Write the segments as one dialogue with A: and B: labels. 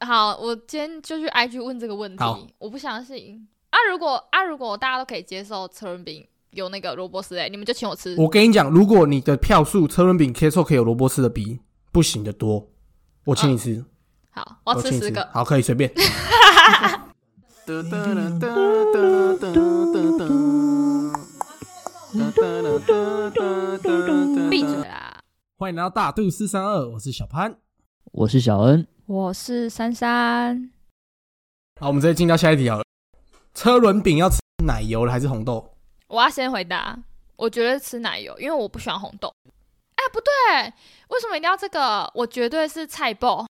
A: 好，我今天就去 IG 问这个问
B: 好
A: 题，我不相信啊！如果啊，如果大家都可以接受车轮饼有那个萝卜丝，哎，你们就请我吃。
B: 我跟你讲，如果你的票数车轮饼 K 臭可以有萝卜丝的比不行的多，我请你吃，
A: 好，哦我要
B: 我
A: 吃
B: 请你
A: 十个。
B: 好，可以 随便。
C: 哒哒哒哒哒哒哒
A: 闭嘴
B: 嗯
A: 啦！
B: 欢迎来到大肚四三二，我是小潘。
C: 我是小恩，
A: 我是珊珊，
B: 好，我们直接进到下一题好了。车轮饼要吃奶油的还是红豆？
A: 我要先回答，我觉得吃奶油，因为我不喜欢红豆。哎，不对，为什么一定要这个？我绝对是菜爆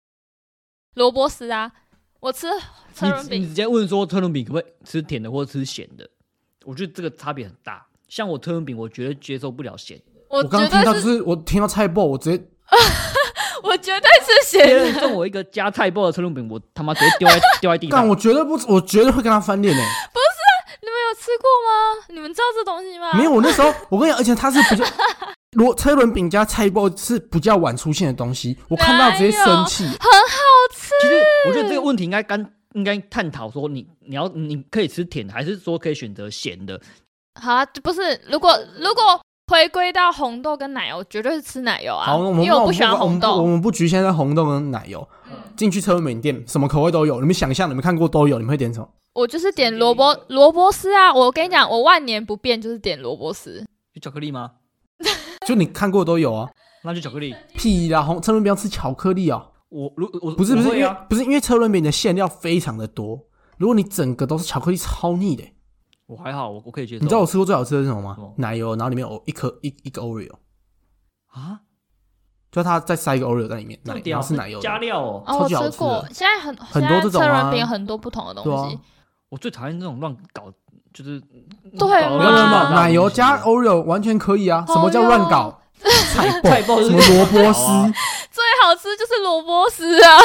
A: 萝卜丝啊！我吃车轮
C: 你你
A: 饼
C: 直接问说车轮饼可不可以吃甜的或者吃咸的？我觉得这个差别很大。像我车轮饼，我绝对接受不了咸的。
A: 我
B: 我刚
A: 绝对
B: 刚听到
A: 是，
B: 就是我听到菜爆，我直接
A: 我绝对是
C: 别
A: 咸
C: 人
A: 的。
C: 送我一个加菜包的车轮饼，我他妈直接丢在丢在地
B: 干，
C: 上。
B: 我绝对不，我绝对会跟他翻脸欸诶。
A: 你们有吃过吗？你们知道这东西吗？
B: 没有，我那时候我跟你讲，而且它是比 较，如果车轮饼加菜包是比较晚出现的东西，我看到直接生气。
C: 其实我觉得这个问题应该干应该探讨说你你要你可以吃甜的，还是说可以选择咸的？
A: 好、啊，不是，如果如果回归到红豆跟奶油，绝对是吃奶油啊，
B: 好，那我们
A: 因为我
B: 不
A: 喜欢
B: 我
A: 红
B: 们不我
A: 豆。
B: 们不局限在红豆跟奶油。进去车轮饼店，什么口味都有，你们想象你们看过都有，你们会点什么？
A: 我就是点萝卜萝卜丝啊！我跟你讲，我万年不变就是点萝卜丝。
C: 有巧克力吗？
B: 就你看过都有啊。
C: 那就巧克力。
B: 屁啦，红车轮饼要吃巧克力哦、
C: 我如我
B: 不是不是，
C: 我
B: 因为
C: 会啊，
B: 不是因为车轮饼的馅料非常的多，如果你整个都是巧克力，超腻的欸、
C: 我还好，我我可以接受。
B: 你知道我吃过最好吃的是什么吗？
C: 什么
B: 奶油，然后里面有一颗一一个 Oreo，
C: 啊？
B: 就它再塞一个 Oreo 在里面，
C: 这
B: 奶
C: 么屌
B: 然后是奶油的
C: 加料哦！
A: 哦，我
B: 超级好
A: 吃
B: 吃的
A: 过，现在很
B: 很多这种啊
A: 现在车轮饼有很多不同的东
B: 对啊
A: 西。
C: 我最讨厌这种乱搞，就是
A: 对啊
C: 搞
A: 吗
B: 没有没有没有
C: 乱搞
B: 奶油加 Oreo 完全可以啊！
A: 哦
B: 什么叫乱搞？菜爆
C: 哦菜爆
B: 什
C: 是
B: 么萝卜
C: 乱
B: 丝？
A: 最好吃就是萝卜丝啊！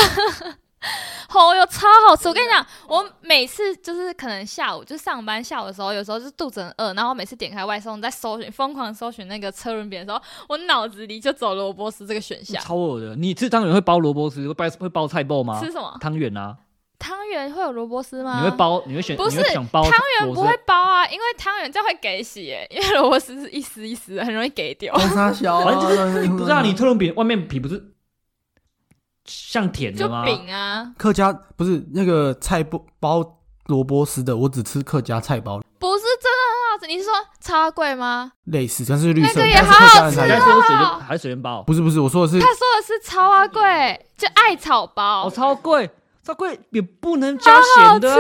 A: 哦哟，超好吃！我跟你讲，我每次就是可能下午就上班下午的时候，有时候就是肚子很饿，然后每次点开外送，在搜寻疯狂搜寻那个车轮饼的时候，我脑子里就走萝卜丝这个选项。
C: 超恶的！你吃汤圆会包萝卜丝，会包会包菜包吗？
A: 吃什么？
C: 汤圆啊，
A: 汤圆会有萝卜丝吗？
C: 你会包，你会选，
A: 不是
C: 你会想包
A: 汤圆
C: 萝
A: 不
C: 卜丝
A: 会包啊，因为汤圆这样会给洗耶， 因为萝卜丝是一丝一丝的，很容易给
C: 哦
A: 掉，
B: 沙小啊，
C: 反正
B: 就是
C: 不是啊，你特仑饼外面皮不是像甜
A: 就
C: 的吗？
A: 饼啊，
B: 客家不是那个菜包包萝卜丝的，我只吃客家菜包，
A: 不是真的很好啊吃。你是说超贵吗？
B: 类似，但是绿色，
A: 那个也
B: 但是客家
A: 好
B: 人才
C: 人
A: 吃
C: 家
B: 有
A: 啊。
C: 说随便还是随便包，
B: 不是不是，我说的是
A: 他说的是超啊贵，就艾草包。
C: 哦，超贵，超贵也不能加咸的啊，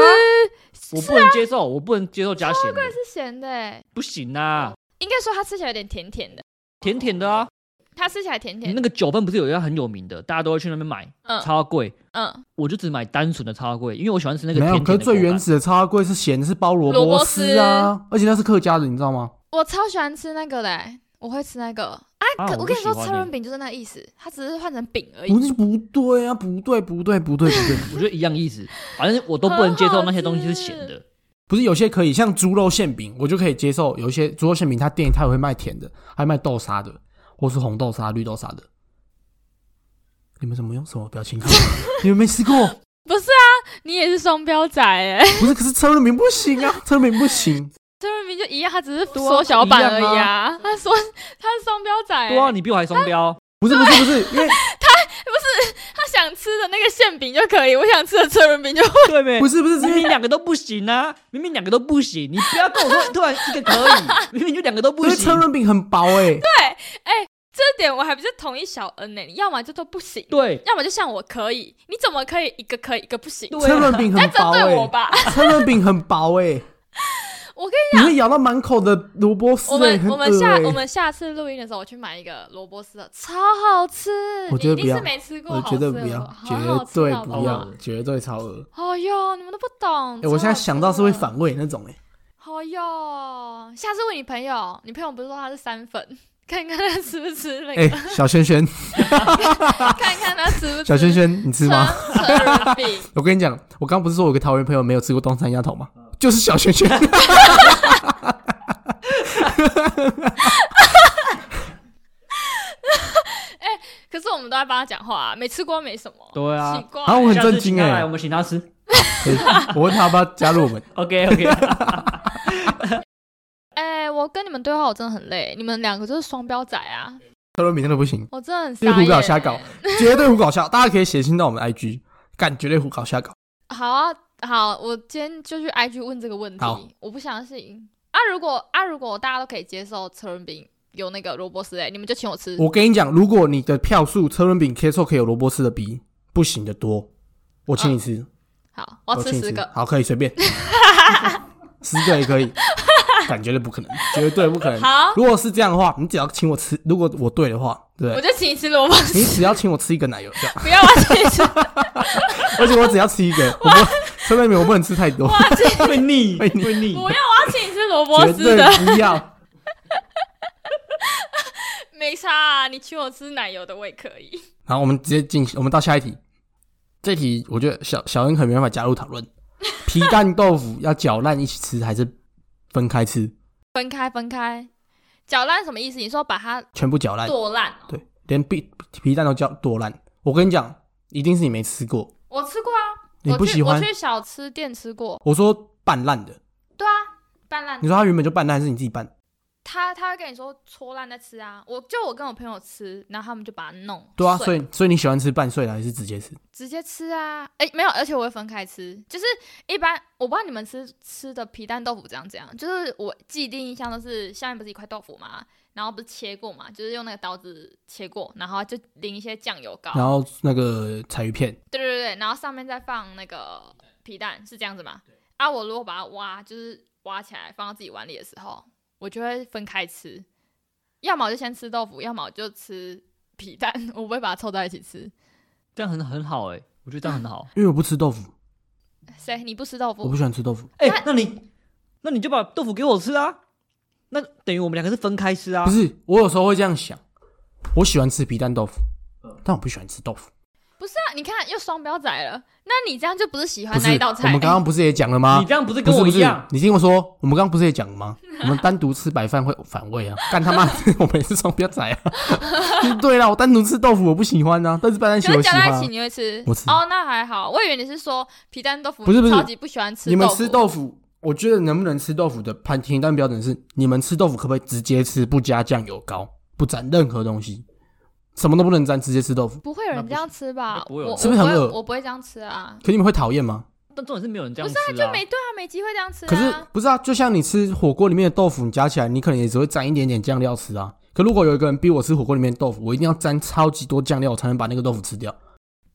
A: 吃
C: 我不能接受，我不能接受加咸的，
A: 是咸的欸，
C: 不行啊，
A: 应该说它吃起来有点甜甜的，
C: 甜甜的啊。
A: 它吃起来甜
C: 你
A: 甜的。
C: 那个九份不是有一家很有名的，大家都会去那边买，
A: 嗯
C: 超贵。
A: 嗯，
C: 我就只买单纯的超贵，因为我喜欢吃那个
B: 没
C: 甜
B: 有，
C: 甜
B: 可
C: 的
B: 是最
C: 口感
B: 原始的超贵是咸的是包萝卜丝
A: 萝
B: 啊，而且那是客家的，你知道吗？
A: 我超喜欢吃那个嘞、我会吃那个啊。
C: 啊
A: 可
C: 我
A: 跟
C: 就
A: 你
C: 喜
A: 说，
C: 欢
A: 车
C: 欸
A: 轮饼就是那意思，它只是换成饼而已。
B: 不是不对啊，不对不对不对不对，
C: 我觉得一样意思，反正我都不能接受那些东西是咸的。
B: 不是有些可以像猪肉馅饼，我就可以接受；有一些猪肉馅饼，它店里它也会卖甜的，还卖豆沙的，或是红豆沙、绿豆沙的。你们怎么用什么表情看我？ 你们没吃过？
A: 不是啊，你也是双标仔哎、
B: 不是，可是车轮饼不 行啊，车轮饼不行。
A: 车轮饼就一样，它只是
C: 对啊
A: 缩小版而
C: 一
A: 已
C: 样
A: 啊。它说它是双标仔、欸，
C: 对啊，你比我还双标，
B: 不是不是不是，因为
A: 他想吃的那个馅饼就可以，我 想吃的车轮饼就
C: 对没？
B: 不是不是，是因
C: 明
B: 为
C: 明两个都不行啊，明明两个都不行，你不要跟我说突然一个可以，明明就两个都不
B: 因为
C: 行
B: 车。轮饼很薄哎、
A: 啊这点我还比较同意小恩呢、你要么就都不行，
C: 对
A: 要么就像我可以，你怎么可以一个可以一个不行？
C: 对啊
B: 车轮饼
A: 在
B: 很
A: 针
B: 薄
A: 对
B: 哎、
A: 我吧。啊
B: 车轮饼很薄哎、
A: 我跟
B: 你会咬到满口的萝卜丝、欸，
A: 我们
B: 很
A: 我们下
B: 恶欸
A: 我们下次录音的时候，我去买一个萝卜丝的，超好吃。
B: 我觉得
A: 你
B: 不
A: 一定是
B: 要
A: 没吃过
B: 我
A: 好
B: 绝
A: 吃
B: 对
A: 的，
B: 不要，
A: 好好
B: 绝
A: 吃
B: 对
A: 好
B: 不
A: 好
B: 要
C: 好，
B: 绝对超恶。
A: 哎呦，你们都不懂。
B: 哎、我现在想到是会
A: 反。
B: 反胃那种哎、
A: 哎呦，下次问你朋友，你朋友不是说他是三粉， 看看他吃不吃那个，
B: 哎、小 轩轩，
A: 看看他吃不吃。
B: 小轩轩，你吃吗？
A: 车？车轮饼，
B: 我跟你讲，我刚不是说我有个桃园朋友没有吃过东山鸭头吗？就是小 轩轩，
A: 可是我们都在帮他讲话、啊，没吃过没什么，
C: 对啊
A: 奇怪、
B: 啊我很
C: 下次
B: 震惊
C: 请他
B: 欸
C: 来我们请他吃。
B: 可以欸我问他要不要加入我们，
C: OK OK，
A: 哎、我跟你们对话我真的很累，你们两个就是双标仔啊，
B: 他说明天都不行，
A: 我真的很傻
B: 这
A: 眼
B: 是胡搞瞎搞， 绝对胡搞瞎，大家可以写信到我们 IG，干绝对胡搞瞎搞。
A: 好啊，好，我今天就去 IG 问这个问
B: 好
A: 题，我不相信啊。如果啊，如果大家都可以接受车轮饼有那个萝卜丝，哎，你们就请我吃。
B: 我跟你讲，如果你的票数车轮饼 K 寿可以有萝卜丝的比不行的多，我请你吃，
A: 好，我要
B: 我
A: 哦吃
B: 请你
A: 十个。
B: 好可以随便， 十个 也可以，感觉绝对不可能，绝对不可能。
A: 好，
B: 如果是这样的话，你只要请我吃，如果我对的话，对
A: 我
B: 不对？
A: 就请你吃萝卜丝，
B: 你只要请我吃一个奶油酱，
A: 不要我请你吃，我
B: 而且我只要吃一个，我不车轮饼我不能吃太多，
A: 要请，
C: 会腻
B: 会腻
C: 会腻
A: 不要，我要请你吃萝卜
B: 绝
A: 丝
B: 对
A: 的，
B: 不要。
A: 没差啊，你请我吃奶油的我也可以。
B: 然后我们直接进行，我们到下一题。这题我觉得小小恩可能没办法加入讨论。皮蛋豆腐要搅烂一起吃还是分开吃？
A: 分开，分开，搅烂什么意思？你说把它
B: 全部搅烂，
A: 剁烂哦？
B: 对，连皮皮蛋都搅剁烂。我跟你讲，一定是你没吃过。
A: 我吃过啊，
B: 你
A: 我
B: 不
A: 去
B: 喜欢
A: 我去小吃店吃过，
B: 我说拌烂的，
A: 对啊，拌烂
B: 你说它原本就拌烂，还是你自己拌？
A: 他他会跟你说搓烂再吃啊，我就我跟我朋友吃，然后他们就把它弄
B: 对啊，
A: 碎
B: 所以所以你喜欢吃拌碎的还是直接吃？
A: 直接吃啊，哎、没有，而且我会分开吃，就是一般我不知道你们吃吃的皮蛋豆腐怎样怎样，就是我既定印象都是下面不是一块豆腐嘛，然后不是切过嘛，就是用那个刀子切过，然后就淋一些酱油膏，
B: 然后那个柴鱼片，
A: 对对对，然后上面再放那个皮蛋，是这样子吗？啊，我如果把它挖，就是挖起来放到自己碗里的时候，我就会分开吃，要么我就先吃豆腐，要么我就吃皮蛋， 我不会把它凑在一起吃。
C: 这样很很好哎，我觉得这样很好。
B: 因为我不吃豆腐，
A: 谁？你不吃豆
B: 我
A: 腐
B: 不？喜欢吃豆腐。
C: 哎，那你那你就把豆腐给我吃啊，那等于我们两个是分开吃啊
B: 不。是，我有时候会这样想，我喜欢吃皮蛋豆腐，但我不喜欢吃豆腐。
A: 不是啊，你看又双标仔了。那你这样就不是喜
B: 不
A: 欢
B: 是，
A: 那一道菜。
B: 我们刚刚不是也讲了吗
C: 你？这样不是
B: 不
C: 跟
B: 是啊
C: 我
B: 不
C: 一
B: 是
C: 样，？
B: 你听我说，我们刚刚不是也讲了吗？ 我们单独吃白饭会反胃啊！ 干他妈，我们也是双标仔啊！ 对啦，我单独吃豆腐我不喜欢啊，但是拌在一 起
A: 可
B: 我
A: 是
B: 喜
A: 加
B: 欢
A: 在一
B: 啊、
A: 起你会吃？
B: 我吃
A: 哦，那还好。我以为你是说皮蛋豆腐，
B: 不是不是
A: 超级不喜欢吃
B: 你们
A: 豆腐。
B: 吃豆腐，我觉得能不能吃豆腐的判评判标准是，你们吃豆腐可不可以直接吃，不加酱油膏，不沾任何东西，什么都不能沾，直接吃豆腐？
A: 不会有人这样吃吧
C: 那？不
A: 我
C: 会有
A: 我
B: 是不是很
A: 会
B: 恶
A: 我不会这样吃啊。
B: 可你们会讨厌吗？
C: 但重点是没有人这样
A: 不
C: 吃啊。
A: 就没对啊，没机会这样吃啊。
B: 可是不是啊？就像你吃火锅里面的豆腐，你夹起来，你可能也只会沾一点点酱料吃啊。可如果有一个人逼我吃火锅里面的豆腐，我一定要沾超级多酱料，我才能把那个豆腐吃掉。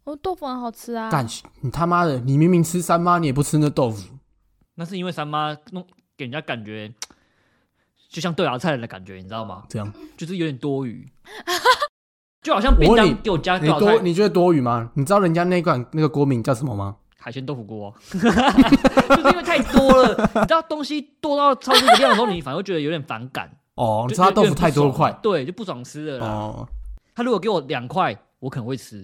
A: 我哦豆腐很好吃啊。
B: 干、你他妈的，你明明吃三妈，你也不吃那豆腐，
C: 那是因为三妈弄给人家感觉就像豆芽菜的感觉，你知道吗？
B: 这样
C: 就是有点多余，就好像便
B: 我问你
C: 当给我加豆
B: 你
C: 芽
B: 多
C: 菜
B: 你觉得多余吗？你知道人家那款那个锅名叫什么吗？
C: 海鲜豆腐锅， 就是因为太多了，你知道东西多到超出一个量的时候，你反而会觉得有点反感。
B: 哦，你
C: 就
B: 吃他豆腐太多块，
C: 对，就啊不爽吃了啦。
B: 哦，
C: 他如果给我两块，我可能 会吃，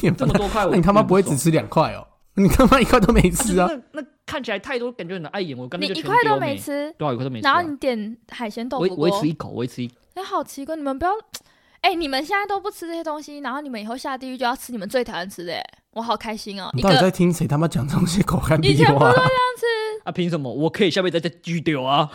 B: 你也
C: 这
B: 不
C: 么多块 我
B: 那你他妈不会只
C: 吃
B: 吃两块哦？ 你他妈一块都没吃啊？
C: 那那看起来太多，感觉很碍眼，我干
A: 你
C: 脆就
A: 一
C: 全
A: 块都
C: 丢
A: 没
C: 没，
A: 吃，
C: 对啊，一块都没吃
A: 然后
C: 啊。
A: 你点海鲜豆
C: 我
A: 腐
C: 我
A: 锅
C: 也，吃一口，我也吃一口。
A: 哎，好奇怪，你们不要，哎，你们现在都不吃这些东西，然后你们以后下地狱就要吃你们最讨厌吃的，哎，我好开心哦，
B: 你
A: 一
B: 到
A: 个
B: 底在听谁他妈讲这种些口干
A: 以
B: 屁
A: 前不
B: 话
A: 是这
B: 啊？
A: 样吃，
C: 啊，凭什么？我可以下辈子再继续丢啊！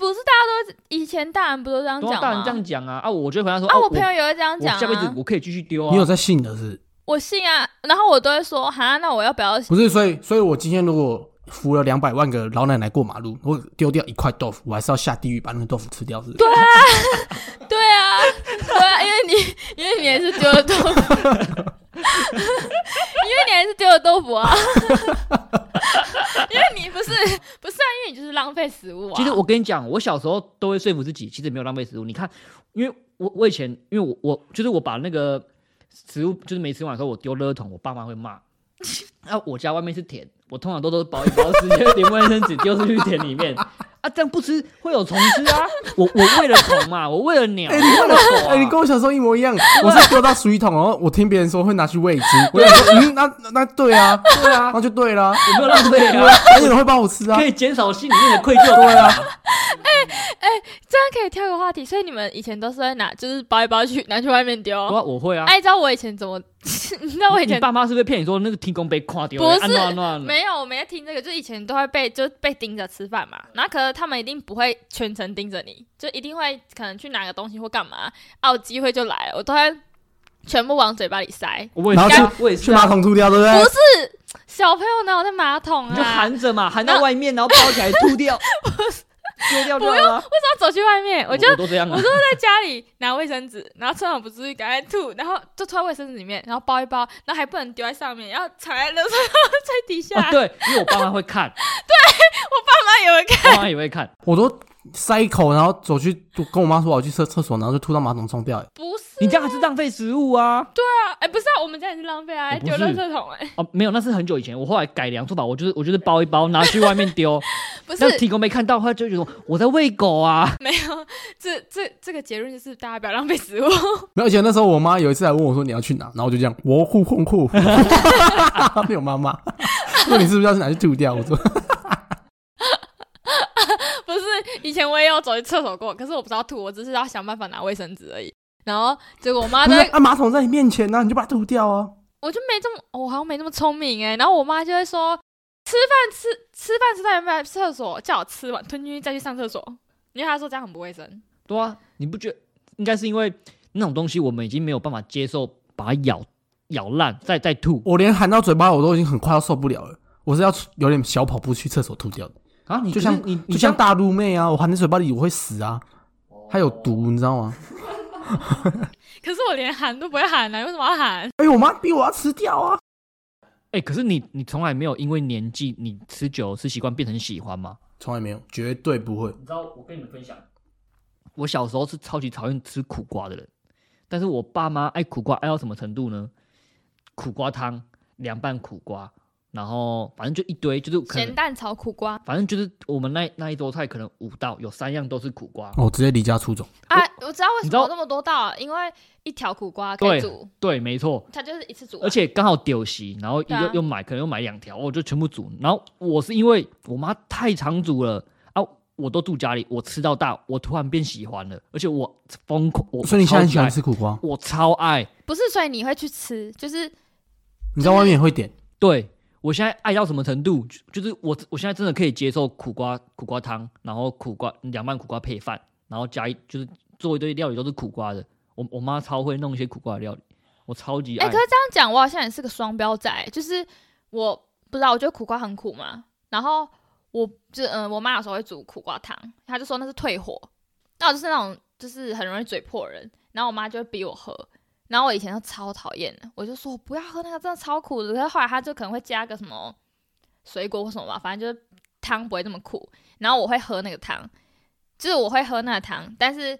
A: 不是大家都以前大人不都这样
C: 对啊
A: 讲
C: 大人
A: 吗
C: 这？样讲啊啊！我就会回答说
A: 啊，
C: 哦
A: 我朋友也会这样
C: 我
A: 讲
C: 下辈子
A: 啊，
C: 我可以继续丢啊。
B: 你有在信的是
A: 我信啊，然后我都会说，哈，那我要不要？
B: 不是？所以，所以我今天如果扶了两百万个老奶奶过马路，我丢掉一块豆腐，我还是要下地狱把那个豆腐吃掉，是 不是？
A: 对啊，对啊，因为你因为你也是丢了豆腐，因 为你还是丢了豆腐啊， 因为你不是不是啊，因为你就是浪费食物啊。
C: 其实我跟你讲，我小时候都会说服自己，其实没有浪费食物。你看，因为我我以前因为我我就是我把那个食物就是没吃完的时候，我丢垃圾桶，我爸妈会骂。啊，我家外面是田，我通常都都是包一包直接连卫生纸丢出去田里面。 啊，这样不吃会有虫吃啊！我我为了 虫嘛，我为了鸟，我为了狗啊、
B: 哎、你跟我小时候一模一样，我是丢到水桶，然后我听别人说会拿去喂猪，我想说，嗯，那那那对啊，
C: 对啊，
B: 那就对啦，
C: 有没有 浪费啊？
B: 而且人会帮我吃啊啊
C: 可，以减少心里面的愧疚。对啊，
A: 这样可以跳个话题，所以你们以前都是在拿，就是包一包去拿去外面丢。
C: 我我会啊。
A: 哎，你知道我以前怎么？ 你知道我以
C: 你
A: 前
C: 爸妈是不是骗你说那个天公被跨丢？
A: 不是
C: 安诺安诺安诺
A: 没有，我没在听这个，就以前都会被就被盯着吃饭嘛，然后可是他们一定不会全程盯着你，就一定会可能去拿个东西或干嘛，啊，有机会就来了，我都会全部往嘴巴里塞。
C: 我也是
B: 然
C: 啊，我也
B: 去
C: 是啊
B: 马桶吐掉，对不
A: 不
B: 对？
A: 是小朋友哪有在马桶
C: 你就
A: 啊？
C: 含着嘛，含到外面，然后包起来吐掉， 丢掉就好了啊。
A: 那走去外面，我就
C: 都这样啊
A: 我。都在家里拿卫生纸，然后穿好不注意赶快吐，然后就穿卫生纸里面，然后包一包，然后还不能丢在上面，然后藏在垃圾桶最底下。
C: 啊，对，因为我爸妈会看，
A: 爸妈有人看，
C: 爸妈也会看。
B: 我都塞一口，然后走去跟我妈说我要去厕厕所，然后就吐到马桶冲掉。欸
A: 不是
C: 你这样还是浪费食物啊！
A: 啊？哎、不是啊，我们家也是浪费啊，
C: 我不
A: 丢
C: 是
A: 垃圾桶哎、
C: 哦，没有，那是很久以前。我后来改良做法，我就是我就是包一包拿去外面丢，
A: 不是
C: 那提供没看到，他就觉得我在喂狗啊。
A: 没有，这这这个结论就是大家不要浪费食物。
B: 没有，而且那时候我妈有一次还问我说你要去哪，然后我就这样，我护控 库，被我妈 骂，说你是不是要去哪去吐掉？我说
A: 不是，以前我也有走去厕所过，可是我不知道吐，我只是要想办法拿卫生纸而已。然后结果我妈
B: 不
A: 就是
B: 啊，马桶在你面前呢、啊，你就把它吐掉啊。
A: 我就没这么，哦我好像没这么聪明哎。然后我妈就会说，吃饭吃吃饭吃到原本厕所，叫我吃完吞进去再去上厕所，因为她说这样很不卫生。
C: 对啊，你不觉应该是因为那种东西我们已经没有办法接受，把它咬咬烂再再吐
B: 我连含到嘴巴我都已经很快要受不了了，我是要有点小跑步去厕所吐掉的，
C: 啊！你
B: 就像
C: 可是你
B: 就
C: 你
B: 像
C: 这样
B: 大陆妹啊，我含在嘴巴里我会死啊，它有毒，你知道吗？
A: 可是我连喊都不会喊啊呢、为什么要喊？
B: 哎、我妈逼我要吃掉啊！
C: 哎、可是你你从来没有因为年纪你吃久吃习惯变成喜欢吗？
B: 从来没有，绝对不会。
C: 你知道我跟你们分享，我小时候是超级讨厌吃苦瓜的人，但是我爸妈爱苦瓜爱到什么程度呢？苦瓜汤、凉拌苦瓜，然后反正就一堆，就是可
A: 咸
C: 能
A: 蛋炒苦瓜
C: 反正就是我们那那一桌菜可能五道有三样都是苦瓜，
B: 哦我直接离家出走，
A: 啊！我知道为
C: 你
A: 什
C: 知
A: 么
C: 道
A: 有那么多道，啊因为一条苦瓜可以煮，
C: 对，没错，
A: 它就是一次煮完，
C: 而且刚好丢席，然后又、
A: 对啊
C: 又买，可能又买两条，我就全部煮。然后我是因为我妈太常煮了啊，我都住家里，我吃到大，我突然变喜欢了，而且我疯狂，我
B: 所以你现在很
C: 超
B: 喜欢
C: 爱
B: 吃苦瓜，
C: 我超爱，
A: 不是，所以你会去吃，就是
B: 你在外面也会点，
C: 对我现在爱到什么程度？就就是我我现在真的可以接受苦瓜苦瓜汤，然后苦瓜凉拌苦瓜配饭，然后加一就是做一堆料理都是苦瓜的。我我妈超会弄一些苦瓜的料理，我超级
A: 哎、
C: 爱。
A: 可是这样讲，我好像也是个双标仔，就是我不知道，我觉得苦瓜很苦嘛，然后我就嗯，我妈有时候会煮苦瓜汤，她就说那是退火，那我就是那种就是很容易嘴破人，然后我妈就会逼我喝。然后我以前就超讨厌的，我就说我不要喝那个，真的超苦的。可是后来她就可能会加个什么水果或什么吧，反正就是汤不会这么苦。然后我会喝那个汤，就是我会喝那个汤，但是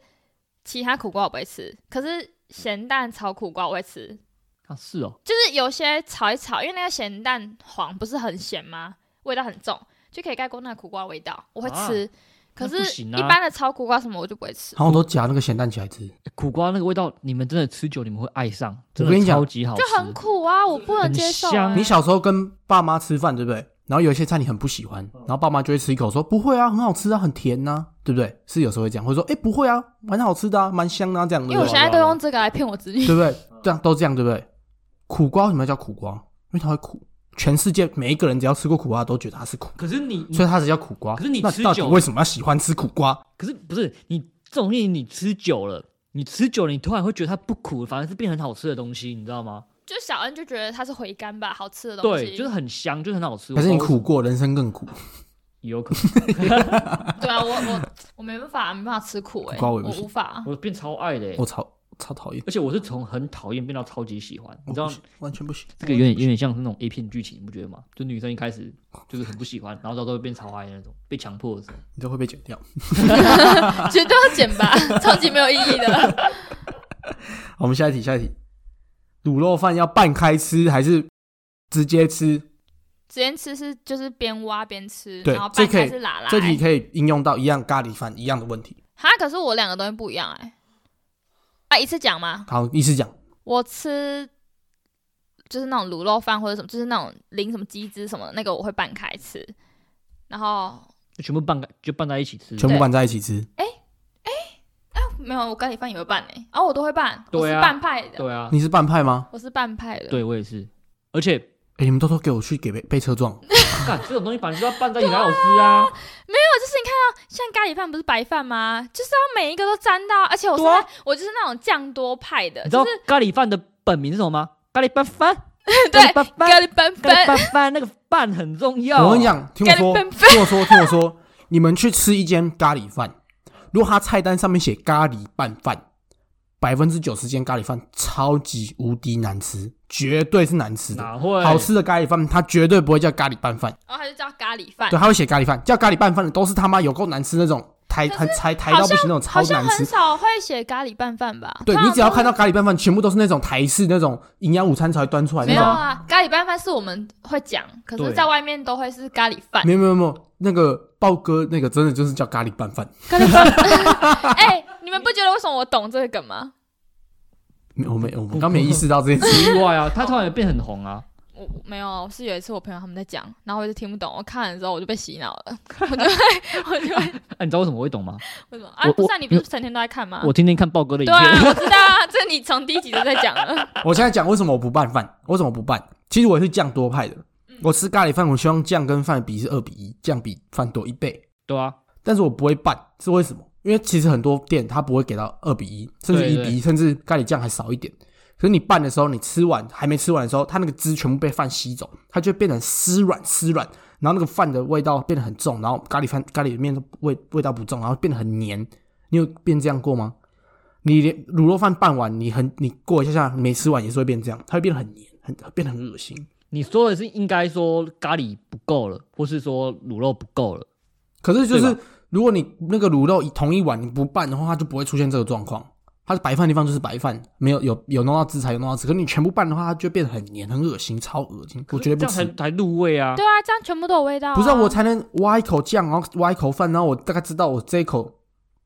A: 其他苦瓜我不会吃，可是咸蛋炒苦瓜我会吃，
C: 啊是哦，
A: 就是有些炒一炒，因为那个咸蛋黄不是很咸吗？味道很重，就可以盖过那个苦瓜味道。我会吃，可
C: 那不
A: 是
C: 行啊
A: 一般的炒苦瓜什么我就不会吃，
B: 然后我都夹那个咸蛋起来吃。
C: 苦瓜那个味道，你们真的吃久，你们会爱上，真
B: 我跟
C: 的
B: 你讲
C: 超级好吃，
A: 就很苦啊，我不能接受、
C: 很香
A: 啊。
B: 你小时候跟爸妈吃饭，对不对？然后有一些菜你很不喜欢，
C: 嗯
B: 然后爸妈就会吃一口说不会啊，很好吃啊，很甜呐、对不对？是有时候会这样，会说哎、不会啊，蛮好吃的啊，蛮香啊，这样。
A: 因为我
B: 对不对
A: 现在都用这个来骗我子女。
B: 对不对？这样都这样，对不对？苦瓜为什么要叫苦瓜？因为它会苦。全世界每一个人只要吃过苦瓜，都觉得它是苦，
C: 可是你，
B: 所以它才叫苦瓜。
C: 嗯可是你
B: 那
C: 吃
B: 到底
C: 久了
B: 为什么要喜欢吃苦瓜？
C: 可是不是你这种东西，你吃久了，你吃久了，你突然会觉得它不苦，反而是变很好吃的东西，你知道吗？
A: 就小恩就觉得它是回甘吧，好吃的东西。
C: 对，就是很香，就是很好吃。
B: 可是你
C: 我不知道
B: 苦过，人生更苦。
C: 也有可能，
A: 对啊，我我我没办法，没办法吃苦哎、
B: 苦瓜我
A: 我
B: 也不行
A: 无 法。
C: 我变超爱的欸、
B: 我超超讨厌，
C: 而且我是从很讨厌变到超级喜欢，你知道
B: 我不行完全不行。
C: 这个有点有点像是那种 A 片剧情，你不觉得吗？就女生一开始就是很不喜欢，然后到时候会变超爱的那种，被强迫的时候。
B: 你都会被剪掉。
A: 绝对要减吧， 超级没有意义的。
B: 好我们下一题，下一题，卤肉饭要拌开吃还是直接吃？
A: 直接吃是就是边挖边吃，
B: 对
A: 然后
B: 这
A: 拌
B: 可以
A: 开是拉拉、
B: 这题可以应用到一样咖喱饭一样的问题。
A: 哈，可是我两个东西不一样哎、啊，一次讲吗？
B: 好，意思讲，
A: 我吃就是那种卤肉饭或者什么，就是那种淋什么鸡汁什么的，那个我会拌开吃。然后
C: 就全部拌在就拌在一起吃，
B: 全部拌在一起吃。
A: 哎、没有，我咖喱饭也会拌诶、啊，我都会拌，我
C: 对
A: 是
C: 啊
A: 拌派的，
C: 对啊，
B: 你是半派吗？
A: 我是拌派的。
C: 对我也是，而且
B: 哎、你们偷偷给我去给被被车撞，
C: 干这种东西本来就要拌在一起才好吃啊。
A: 像咖喱饭不是白饭吗？就是要每一个都沾到，而且我是
C: 对啊
A: 那我就是那种酱多派的，
C: 你知道
A: 就是
C: 咖喱饭的本名是什么吗？咖喱拌饭，
A: 对
C: 咖喱拌
A: 咖喱
C: 饭，
A: 拌
C: 咖
A: 饭，
C: 喱拌饭，那个饭很重要。
B: 我跟你，讲，听我
A: 咖喱拌
B: 说，听我说，听我说，你们去吃一间咖喱饭，如果它菜单上面写咖喱拌饭，百分之九十间咖喱饭超级无敌难吃，绝对是难吃的。
C: 哪会
B: 好？吃的咖喱饭，它绝对不会叫咖喱拌饭，
A: 然后他就叫咖喱饭
C: 啊
B: 对，。它会写咖喱饭。叫咖喱拌饭的都是他妈有够难吃那种，抬
A: 可是
B: 很抬抬
A: 好
B: 到不行那种
A: 好
B: 超
A: 像
B: 难
A: 很
B: 吃。
A: 少会写咖喱拌饭吧？
B: 对
A: 通
B: 你
A: 常
B: 只要
A: 都
B: 看到咖喱拌饭，全部都是那种台式那种营养午餐才会端出来
A: 没
B: 那
A: 有
B: 种。
A: 啊，咖喱拌饭是我们会讲，可是
C: 对
A: 在外面都会是咖喱饭。
B: 没有没有没有，那个豹哥那个真的就是叫咖喱拌饭，
A: 咖喱饭， 哎，你们不觉得为什么我懂这个梗吗？
B: 没有我没有我们刚没意识到这件事。
C: 意外 啊，他突然也变很红啊。
A: 我我没有啊，我是有一次我朋友他们在讲，然后我就听不懂，我看了之后我就被洗脑了，我就会，我就会
C: 哎，你知道为什么我会懂吗？
A: 为什么啊？
C: 我
A: 不是啊，
C: 我
A: 你不是成天都在看吗？
C: 我天天看豹哥的影
A: 啊对啊
C: 片，，
A: 我知道啊，这你从第一集就在讲了。
B: 我现在讲为什么我不拌饭，我怎么不拌？其实我也是酱多派的，
A: 嗯
B: 我吃咖喱饭，我希望酱跟饭比是二比一，酱比饭多一倍，
C: 对啊，
B: 但是我不会拌，是为什么？因为其实很多店它不会给到二比一，甚至
C: 对
B: 一
C: 对
B: 比一，甚至咖喱酱还少一点。可是你拌的时候，你吃完还没吃完的时候，它那个汁全部被饭吸走，它就变成湿软湿软，然后那个饭的味道变得很重，然后咖喱饭咖喱面的味味道不重，然后变得很黏。你有变这样过吗？你连卤肉饭拌完，你很你过一下下没吃完也是会变这样，它会变得很黏，很变得很恶心。
C: 你说的是应该说咖喱不够了，或是说卤肉不够了。
B: 可是就
C: 对
B: 是如果你那个卤肉一同一碗你不拌的话，它就不会出现这个状况。它是白饭的地方就是白饭，没有有有弄到汁才有弄到汁。可是你全部拌的话，它就变得很黏、很恶心、超恶心，我绝对
C: 这
B: 不
C: 样才
B: 吃。
C: 才入味啊。
A: 对啊，这样全部都有味道、
B: 不是、啊、我，才能挖一口酱，然后挖一口饭，然后我大概知道我这一口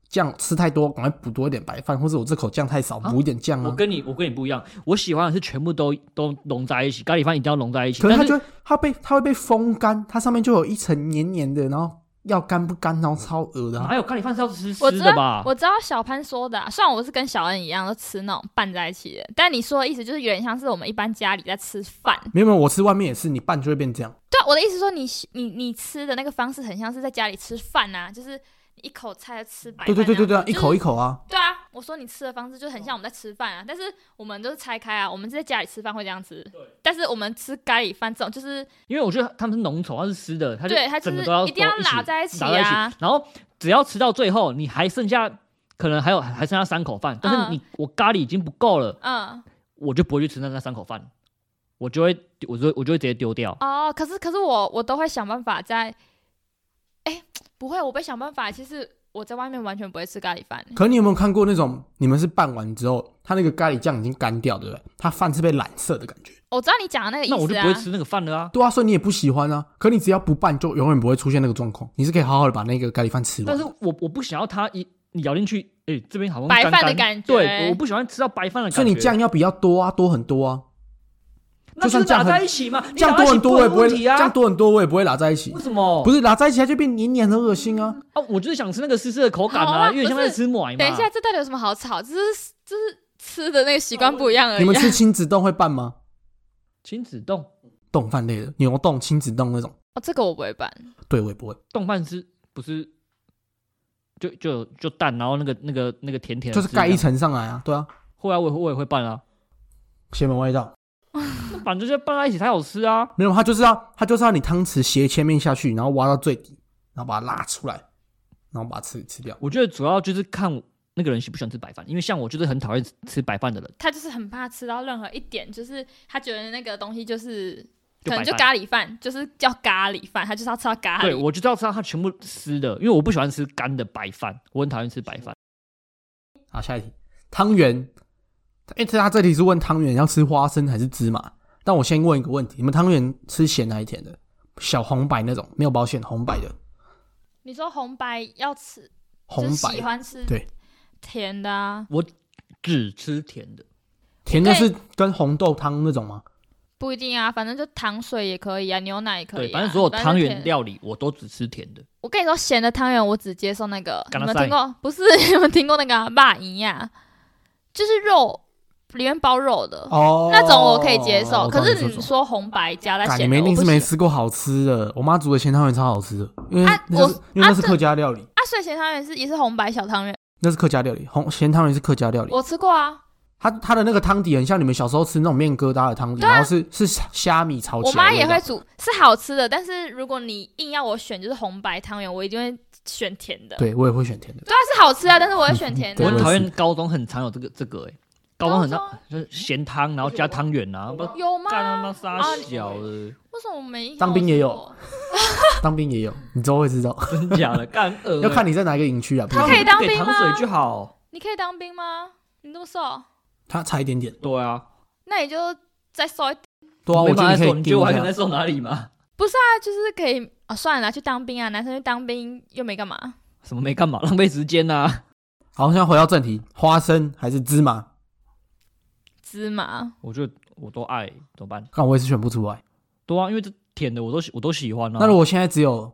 B: 酱吃太多，赶快补多一点白饭，或者我这口酱太少，
C: 啊
B: 补一点酱
C: 我
B: 啊。
C: 跟你我跟你不一样，我喜欢的是全部都都融在一起，咖喱饭一定要融在一起。
B: 可是它
C: 但是
B: 就它被它会被风干，它上面就有一层黏黏的，然后要干不干，然后超恶的啊、
C: 哪有咖喱饭是要湿湿
A: 我知
C: 的
A: 道
C: 吧，？
A: 我知道小潘说的、啊，虽然我是跟小恩一样都吃那种拌在一起的，但你说的意思就是有点像是我们一般家里在吃饭。
B: 没有没有，我吃外面也是，你拌就会变这样。
A: 对啊，我的意思说你你你吃的那个方式很像是在家里吃饭啊，就是一口菜吃
C: 哎
A: 白
B: 对
A: 饭那
B: 对
A: 样
B: 对
A: 子。
B: 对对啊，一口
A: 就是
B: 一口啊。
A: 对啊，我说你吃的方式就很像我们在吃饭啊，但是我们都是拆开啊，我们是在家里吃饭会这样吃，但是我们吃咖喱饭这种就是
C: 因为我觉得他们是浓稠，它是湿的，它就
A: 对它就
C: 整
A: 是
C: 个都要
A: 一定要
C: 都
A: 拉在一起啊
C: 拉在一起。然后只要吃到最后，你还剩下可能还有还剩下三口饭，但是你、我咖喱已经不够了，
A: 嗯
C: 我就不会去吃那那三口饭，我就会我就我就会直接丢掉。
A: 哦，可是可是我我都会想办法在，哎不会，我会想办法，其实我在外面完全不会吃咖喱饭、
B: 可你有没有看过那种，你们是拌完之后，它那个咖喱酱已经干掉，对不对？它饭是被染色的感觉。
A: 我知道你讲的那个意思
C: 那
A: 啊，
C: 我就不会吃那个饭了啊。
B: 对啊，所以你也不喜欢啊。可你只要不拌，就永远不会出现那个状况。你是可以好好的把那个咖喱饭吃
C: 但
B: 完
C: 是。我我不想要它一你咬进去，哎、这边好像
A: 白饭
C: 干干
A: 的感觉
C: 对，我我不喜欢吃到白饭的感觉。
B: 所以你酱要比较多啊，多很多啊。就
C: 那就
B: 算
C: 是
B: 酱
C: 打
B: 很
C: 在一起嘛，你
B: 酱
C: 打在
B: 多
C: 一起
B: 很多我也不
C: 会有
B: 会，
C: 问题啊。
B: 酱多很多我也不会拉在一起
C: 为。什么？
B: 不是拉在一起，它就变黏黏很恶心啊。
C: 啊，我就是想吃那个湿湿的口感
A: 好
C: 啊，
A: 啊
C: 因为像
A: 不是
C: 在吃麦嘛。
A: 等一下，，这到底有什么好吵？只是只是吃的那个习惯不一样
C: 哎
A: 而
B: 你
A: 已、
B: 们
A: 啊。
B: 吃亲子冻会拌吗？
C: 亲子冻
B: 冻饭类的，牛冻、亲子冻那种，
A: 哦，这个我不会办。
B: 对我也不会。
C: 冻饭是不是？就就就蛋，然后那个那个那个甜甜的
B: 就
C: 汁
B: 是
C: 这样，
B: 盖一层上来啊，对啊，
C: 后来我也我也会拌啊，
B: 邪门歪道。
C: 那反正就拌在一起才好吃啊。
B: 没有，它就是要它就是要你汤匙斜切面下去，然后挖到最底，然后把它拉出来，然后把它吃吃掉。
C: 我觉得主要就是看那个人喜不喜欢吃白饭，因为像我就是很讨厌吃白饭的人，
A: 他就是很怕吃到任何一点，就是他觉得那个东西就是
C: 就
A: 可能
C: 白
A: 就
C: 饭
A: 咖喱饭，就是叫咖喱饭，他就是要吃到咖
C: 对
A: 喱。
C: 我就要吃到它全部湿的，因为我不喜欢吃干的白饭，我很讨厌吃白饭。
B: 好，下一题，汤圆。哎，他这题是问汤圆要吃花生还是芝麻？但我先问一个问题：你们汤圆吃咸还是甜的？小红白那种没有保险，红白的，
A: 你说红白要吃，就
B: 红
A: 是喜
B: 白
A: 欢吃
B: 对
A: 甜的啊？
C: 只吃甜的，
B: 甜的
A: 对
B: 是跟红豆汤那种吗？
A: 不一定啊，反正就糖水也可以啊，牛奶也可以、
C: 对，
A: 啊。
C: 反正所有汤圆
A: 甜
C: 料理我都只吃甜的。
A: 我跟你说，咸的汤圆我只接受那个，你
C: 甘
A: 们
C: 蔗
A: 听过？不是，你们听过那个啊蚂蚁呀？就是肉里面包肉的、
B: 哦，
A: 那种，我可以接
C: 哦
A: 受。
B: 我
A: 可
B: 懂
A: 是你
B: 你说什么
A: 说红白加在
B: 干你
A: 咸
B: 们
A: 的，
B: 一定
A: 我
B: 是
A: 不
B: 没
A: 行
B: 吃过好吃的。我妈煮的咸汤圆超好吃的，因为
A: 啊
B: 那是、
A: 我
B: 因为那是
A: 啊
B: 客家料理，
A: 啊，所以咸汤圆是也是红白小汤圆，
B: 那是客家料理，红咸汤圆是客家料理。
A: 我吃过啊。
B: 它它的那个汤底很像你们小时候吃那种面疙瘩的汤底，
A: 对啊
B: 然后是是虾米炒起来
A: 我妈
B: 的
A: 也
B: 啊味道
A: 会煮，是好吃的。但是如果你硬要我选，就是红白汤圆，我一定会选甜的。
B: 对我也会选甜的。
A: 对啊，是好吃啊，但是我会选甜的
C: 我
B: 对
A: 啊。
B: 我
C: 很讨
B: 也是
C: 厌高中很常有这个这个哎、高中很常就是咸汤，然后加汤圆啊，不
A: 有吗？
C: 干他妈杀小的，
A: 为什么我没啊印象？
B: 当兵也有，当兵 也有，你之后会知道，
C: 真 假的干饿。
B: 要看你在哪一个营区啊。不一
A: 他
B: 定
A: 可以当兵
C: 给
A: 吗
C: 糖水就好。
A: 你可以当兵吗？你那么瘦，
B: 它差一点点，
C: 对啊，
A: 那你就再瘦一点。
B: 对啊，我
C: 没
B: 觉
C: 办
B: 得可
C: 法再
B: 以
C: 送你觉得
B: 丢
C: 我还
B: 一
C: 能再
B: 下。
C: 送哪里吗？
A: 那就是可以啊、算了，去当兵啊，男生去当兵又没干嘛。
C: 什么没干嘛， 浪费时间啊呐、
B: 好，现在回到正题，花生还是芝麻？
A: 芝麻，
C: 我觉得我都爱，怎么办？
B: 那我也是选不出来。
C: 对啊，因为这甜的我都喜我都喜欢啊。
B: 那如果现在只有，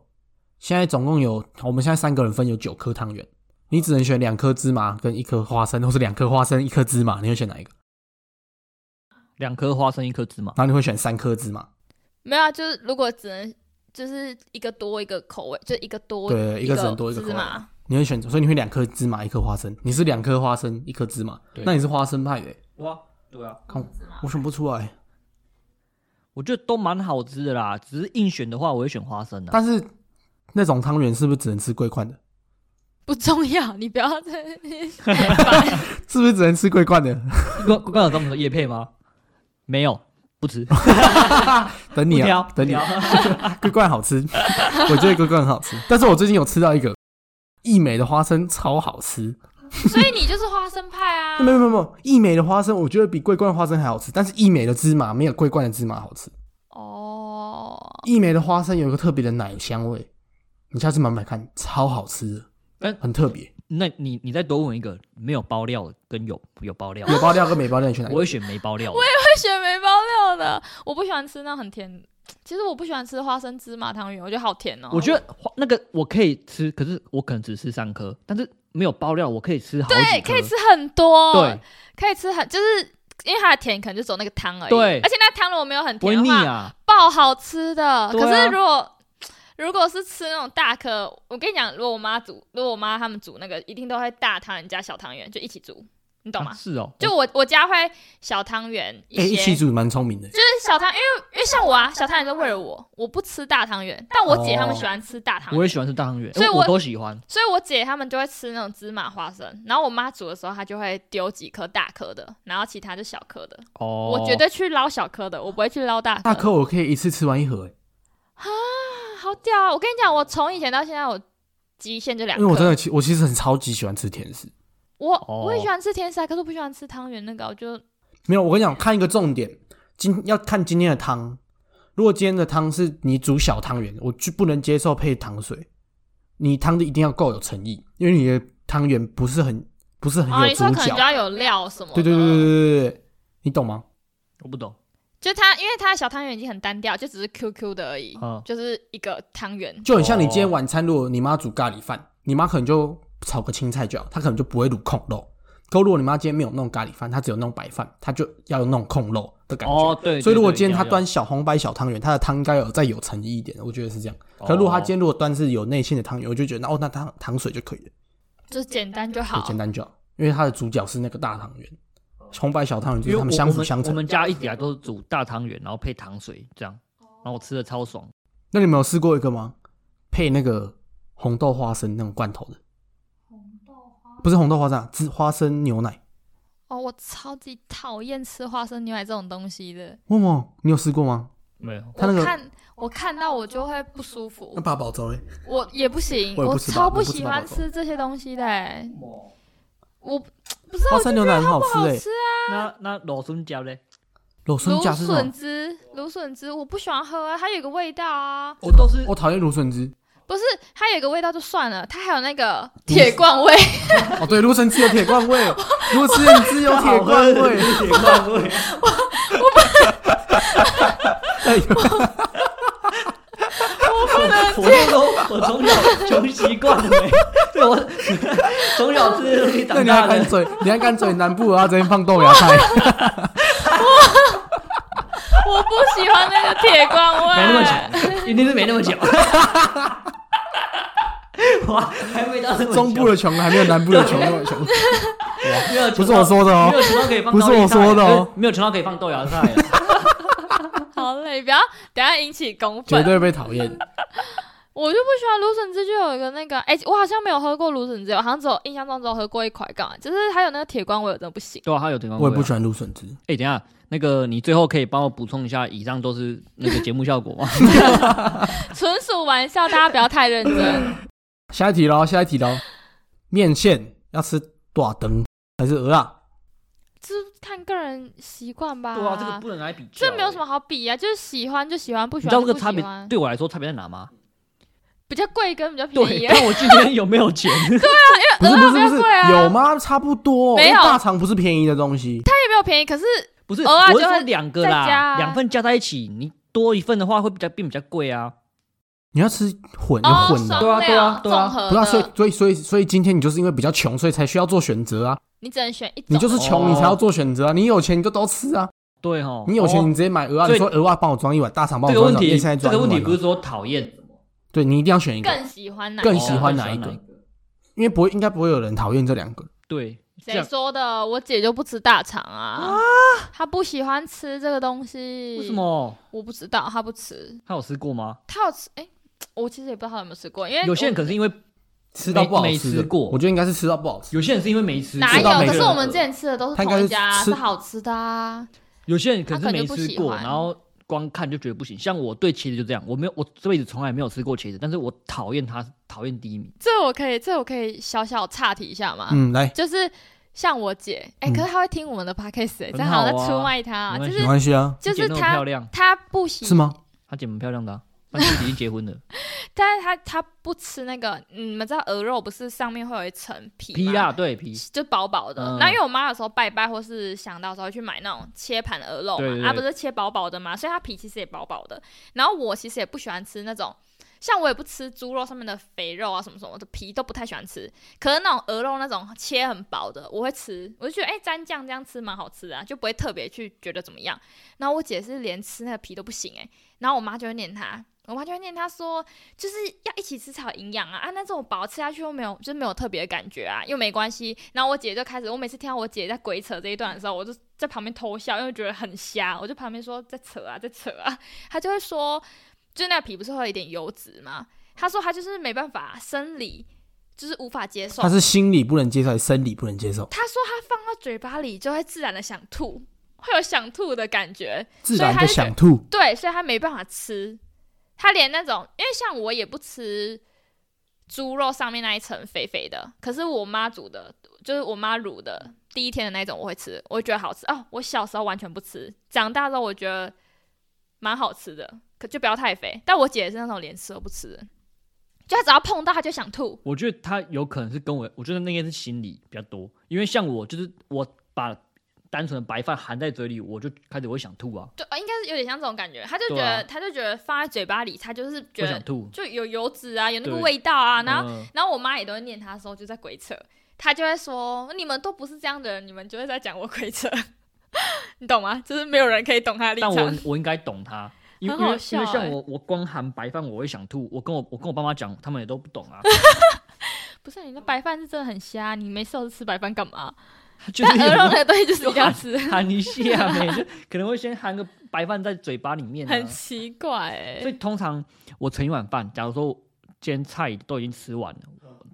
B: 现在总共有，我们现在三个人分有九颗汤圆，你只能选两颗芝麻跟一颗花生，或是两颗花生一颗芝麻，你会选哪一个？
C: 两颗花生一颗芝麻，
B: 然后你会选三颗芝麻，
A: 没有啊，就是如果只能就是一个多一个口味，就一个多
B: 对，一个只能多一个口
A: 芝
B: 味。
A: 麻。
B: 你会选择，所以你会两颗芝麻一颗花生，你是两颗花生一颗芝麻，
C: 对
B: 那你是花生派的欸、
C: 哇，对啊，
B: 我选不出来。
C: 我觉得都蛮好吃的啦。只是硬选的话，我会选花生 啊。
B: 但是那种汤圆是不是只能吃桂冠的？
A: 不重要，你不要在那边
B: 是不是只能吃桂冠的？
C: 刚刚有这么说叶配吗？没有，不吃，
B: 等
C: 不
B: 你
C: 挑
B: 啊，，等你
C: 不
B: 啊，
C: 挑
B: 桂冠好吃， 我觉得桂冠很好吃。但是我最近有吃到一个益美的花生，超好吃。
A: 所以你就是花生派啊。
B: 没有没有没有，益美的花生我觉得比桂冠的花生还好吃，但是益美的芝麻没有桂冠的芝麻好吃。
A: 哦，
B: 益美的花生有一个特别的奶香味，你下次买买看，超好吃的，
C: 但
B: 很特别。
C: 那你你再多问一个，没有包料的跟有有包料的，
B: 有包料跟没包料，你选哪一
C: 我
B: 个？
C: 会选没包料的。
A: 会选没包料的，我不喜欢吃那很甜。其实我不喜欢吃花生芝麻汤圆，我觉得好甜哦。
C: 我觉得花那个我可以吃，可是我可能只吃三颗，但是没有包料我可以吃好几颗。
A: 对，可以吃哦很多，
C: 对，
A: 可以吃很，就是因为它的甜可能就走那个汤而已。
C: 对
A: 而且那汤如果没有很
C: 不会
A: 甜的
C: 腻
A: 话，
C: 啊。
A: 爆好吃的。
C: 对
A: 可
C: 啊
A: 是如果如果是吃那种大颗，我跟你讲，如果我妈煮，如果我妈他们煮那个，一定都会大汤圆加小汤圆就一起煮，你懂吗？
C: 啊是哦，
A: 就我我家会小汤圆一
B: 哎、一
A: 些，
B: 起
A: 就
B: 煮蛮聪明的。
A: 是小汤，因为因为像我啊，小汤圆都为了我，我不吃大汤
B: 哦
A: 圆，但我姐他们喜欢吃大汤
C: 我也
A: 圆，
C: 喜欢吃大汤圆，
A: 所以
C: 我
A: 我
C: 都喜欢。
A: 所以我姐他们就会吃那种芝麻花生，然后我妈煮的时候，她就会丢几颗大颗的，然后其他就小颗的。
C: 哦，
A: 我绝对去捞小颗的，我不会去捞大颗。
B: 大颗我可以一次吃完一盒、欸，
A: 好屌啊！我跟你讲，我从以前到现在，我极限就两颗。
B: 因为我真的其我其实很超级喜欢吃甜食。
A: 我
C: 哦
A: 我也喜欢吃甜食啊，可是我不喜欢吃汤圆那个，我就
B: 没有，我跟你讲，看一个重点，今要看今天的汤。如果今天的汤是你煮小汤圆，我就不能接受配糖水。你汤的一定要够有诚意，因为你的汤圆不是很不是很
A: 哦，
B: 有
A: 你
B: 主
A: 说可能
B: 角
A: 就。要有料什么的。
B: 对对对对对对对，你懂吗？
C: 我不懂。
A: 就它，因为它的小汤圆已经很单调，就只是 QQ 的而已，
C: 嗯
A: 就是一个汤圆。
B: 就很像你今天
C: 哦
B: 晚餐，如果你妈煮咖喱饭，你妈可能就炒个青菜就好，她可能就不会卤控肉。可如果你妈今天没有弄咖喱饭，她只有弄白饭，她就要弄控肉的感觉。
C: 哦，对。
B: 所以如果
C: 对对
B: 今天
C: 一
B: 他
C: 样
B: 端小红白小汤圆，他的汤应该有再有诚意一点，我觉得是这样。
C: 一样
B: 可如果他
C: 哦
B: 今天如果端是有内馅的汤圆，我就觉得哦，那汤糖水就可以了，
A: 就是简单就
B: 对
A: 好
B: 简。单就好，因为他的主角是那个大汤圆，红白小汤圆就
C: 因
B: 是
C: 为
B: 他
C: 我
B: 们相
C: 我
B: 辅相
C: 我
B: 成。
C: 们家一直以来都是煮大汤圆，然后配糖水这样，然后我吃的超爽。
B: 那你们有试过一个吗？配那个红豆花生那种罐头的？不是红豆花生、啊，是花生牛奶。
A: 哦，我超级讨厌吃花生牛奶这种东西的。
B: 问我，你有试过吗？
C: 没有，
B: 它那个
A: 我看我看到我就会不舒服。
B: 八宝粥嘞？
A: 我也不行，
B: 我也不吃吧
A: 超
B: 我不吃
A: 喜
B: 八
A: 欢
B: 宝粥
A: 吃这些东西的、欸。我不知
B: 花
A: 道
B: 生牛奶很好
A: 不好
B: 吃诶，
A: 吃啊，
C: 那那老孙家嘞，
B: 芦笋
A: 芦
B: 架是什
A: 笋
B: 么？
A: 汁，芦笋汁我不喜欢喝啊，它有一个味道啊，
C: 我都是
B: 我讨厌芦笋汁。
A: 不是它有一个味道就算了，它还有那个
B: 芦
A: 铁罐味，
B: 哦，对，芦笋汁有铁罐味， 芦笋汁有铁罐味。
C: 铁罐味。
B: 哎
C: 我就说，我从小穷习惯了没， 对我从小吃这东西
B: 那
C: 长
B: 你还
C: 大
B: 敢
C: 的。
B: 嘴，你还敢嘴南部啊？直接放豆芽菜，
A: 我不喜欢那个铁罐味，
C: 没那么久， 一定是没那么久。哇，还没到那 么久
B: 中部的穷还没有南部的穷那么 穷。
C: 没有
B: 不
C: 穷
B: 是
C: 到
B: 我说的哦
C: 没有穷到可以放
B: 不是
C: 高丽
B: 我
C: 菜
B: 说的哦，
C: 没有穷到可以放豆芽菜啊了。
A: 好累，不要等一下引起公
B: 绝
A: 愤。
B: 对被讨厌。
A: 我就不喜欢芦笋汁，就有一个那个，哎、我好像没有喝过芦笋汁，我好像只有印象中只有喝过一款，干嘛？就是还有那个铁观，我有真的不 行。
C: 对啊，他有点
B: 我也不喜欢芦笋汁，
C: 哎、等一下，那个你最后可以帮我补充一下，以上都是那个节目效果吗？
A: 纯属玩笑，大家不要太认真。
B: 下一题喽，下一题喽。面线要吃多少灯还是鹅啊？
A: 就是看个人习惯吧。
C: 对啊，这个不能来比较、欸
A: 这没有什么。好比啊，就是喜欢就喜欢，不
C: 你
A: 喜
C: 知
A: 欢
C: 道
A: 就
C: 这
A: 不
C: 个差
A: 喜
C: 别
A: 欢。
C: 对我来说差别在哪吗？
A: 比较贵跟比较便宜
C: 对，
A: 而已，
C: 看我今天有没有钱。
B: 不是
A: 鹅
B: 不
A: 啊
B: 是
A: 比较
B: 不是
A: 贵，啊
B: 有吗？差不多，哦
A: 没有
B: 因为大肠不是便宜的东西。
A: 它也没有便宜， 可是
C: 不是，
A: 偶尔
C: 我是
A: 就会
C: 说两个
A: 再加
C: 啦，
A: 啊
C: 两份加在一起，你多一份的话会比较变比较贵啊。
B: 你要吃混有
A: 哦，
B: 混的，
A: 双
C: 对啊
A: 料
C: 对啊对啊
A: 综合
B: 不是啊？所以
A: 的，
B: 所以所以所以今天你就是因为比较穷，所以才需要做选择啊。
A: 你只能选一种。
B: 你就是
C: 哦
B: 穷，你才要做选择啊。你有钱你就都吃啊。
C: 对哈，
B: 你有钱
C: 哦
B: 你直接买鹅啊，
C: 所
B: 你
C: 以
B: 说鹅啊帮我装一碗，大肠帮
C: 这
B: 我
C: 个
B: 装一碗，
C: 问题，
B: 你现在
C: 这
B: 装
C: 个
B: 一碗
C: 问
B: 嘛。
C: 题不是说讨厌，
B: 对你一定要选一个，
A: 更喜欢哪一个？
B: 更喜欢哪一
C: 哦
B: 个
C: 更喜欢哪一个？
B: 因为不会应该不会有人讨厌这两个。
C: 对，这
A: 谁
C: 样
A: 说的？我姐就不吃大肠啊，她不喜欢吃这个东西。
C: 为什？么？
A: 我不知道，她不吃。
C: 他有吃过吗？
A: 她有吃？哎、我其实也不知道她有没有吃过，因为
C: 有些人
A: 我
C: 可能是因为，
B: 吃到不好
C: 没
B: 吃
C: 没
B: 的
C: 吃过
B: 我觉得应该是吃到不好吃。
C: 有些人是因为没吃过，
A: 哪
B: 知道每
A: 有？可
B: 个
A: 是
B: 人
A: 我们之前吃的都
B: 她
A: 是
B: 应该
A: 同
B: 是
A: 一家啊，
B: 吃
A: 是好吃的啊。
C: 有些人可能
A: 他可
C: 是
A: 能
C: 没
A: 就
C: 吃
A: 不喜
C: 过，
A: 欢
C: 然后光看就觉得不行。像我对茄子就这样，我没有，我这辈子从来没有吃过茄子，但是我讨厌它，讨厌第一名。
A: 这我可以，这我可以小小岔题一下嘛，
B: 嗯，来，
A: 就是像我姐，哎、
B: 嗯
A: 可是她会听我们的 podcast，、欸、
C: 很
A: 这样好像
C: 好啊
A: 在出卖她、啊，就
C: 没关系
B: 没
A: 是
B: 关系啊，
A: 就
C: 你姐
A: 是
C: 那么漂
A: 她
C: 亮，
A: 她不喜
B: 是吗？
C: 她姐蛮漂亮的、啊，但是已经结婚 了，
A: 但是她她不吃那个，嗯你们知道鹅肉不是上面会有一层皮
C: 皮啊
A: 吗
C: 啦，对皮，
A: 就薄薄的
C: 嗯。
A: 那、因为我妈有时候拜拜或是想到的时候会去买那种切盘鹅肉嘛，
C: 对对对
A: 啊不是切薄薄的嘛，所以它皮其实也薄薄的。然后我其实也不喜欢吃那种，像我也不吃猪肉上面的肥肉啊什么什么的皮都不太喜欢吃。可是那种鹅肉那种切很薄的，我会吃，我就觉得哎、蘸酱这样吃蛮好吃的、啊，就不会特别去觉得怎么样。然后我姐是连吃那个皮都不行哎、然后我妈就会念她。我妈就会念她说，就是要一起吃才有营养啊啊！那这种薄吃下去又没有，就是没有特别的感觉啊，又没关系。然后我姐就开始，我每次听到我姐在鬼扯这一段的时候，我就在旁边偷笑，因为觉得很瞎，我就旁边说在扯啊，在扯啊。她就会说，就是那皮不是会有一点油脂吗？她说她就是没办法，生理就是无法接受
B: 他。是心理不能接受，还是生理不能接受，
A: 她说她放到嘴巴里就会自然的想吐，会有想吐的感觉。
B: 自然的想吐。
A: 对，所以他没办法吃，他连那种，因为像我也不吃猪肉上面那一层肥肥的，可是我妈煮的，就是我妈卤的第一天的那种，我会吃，我会觉得好吃哦。我小时候完全不吃，长大之后我觉得蛮好吃的，可就不要太肥。但我姐也是那种连吃都不吃的，就她只要碰到她就想吐，
C: 我觉得他有可能是跟我，我觉得那应该是心理比较多，因为像我就是我把单纯的白饭含在嘴里，我就开始会想吐啊，
A: 就呃应该是有点像这种感觉，她就觉
C: 对啊
A: 得、她就觉得放在嘴巴里，她就是觉
C: 会
A: 得
C: 想吐。
A: 就有油脂啊，有那个
C: 对
A: 味道啊，然后。
C: 嗯
A: 然后我妈也都会念他的时候就在鬼扯，她就会说你们都不是这样的人，你们就会在讲我鬼扯， 你懂吗？就是没有人可以懂他的立
C: 但我
A: 场。
C: 我应该懂他，因为
A: 很
C: 因为
A: 好笑
C: 因为像
A: 欸
C: 我我光含白饭我会想吐，我跟我我跟我爸妈讲，他们也都不懂 啊，
A: 不是你那白饭是真的很瞎，你没事有事吃白饭干 嘛？
C: 就
A: 但
C: 是有
A: 鹅
C: 时候
A: 肉 那个东西就是一定要吃，
C: 含一下没，就可能会先含个白饭在嘴巴里面、
A: 很
C: 啊。
A: 奇怪哎、
C: 所以通常我盛一碗饭，假如说今天菜都已经吃完了，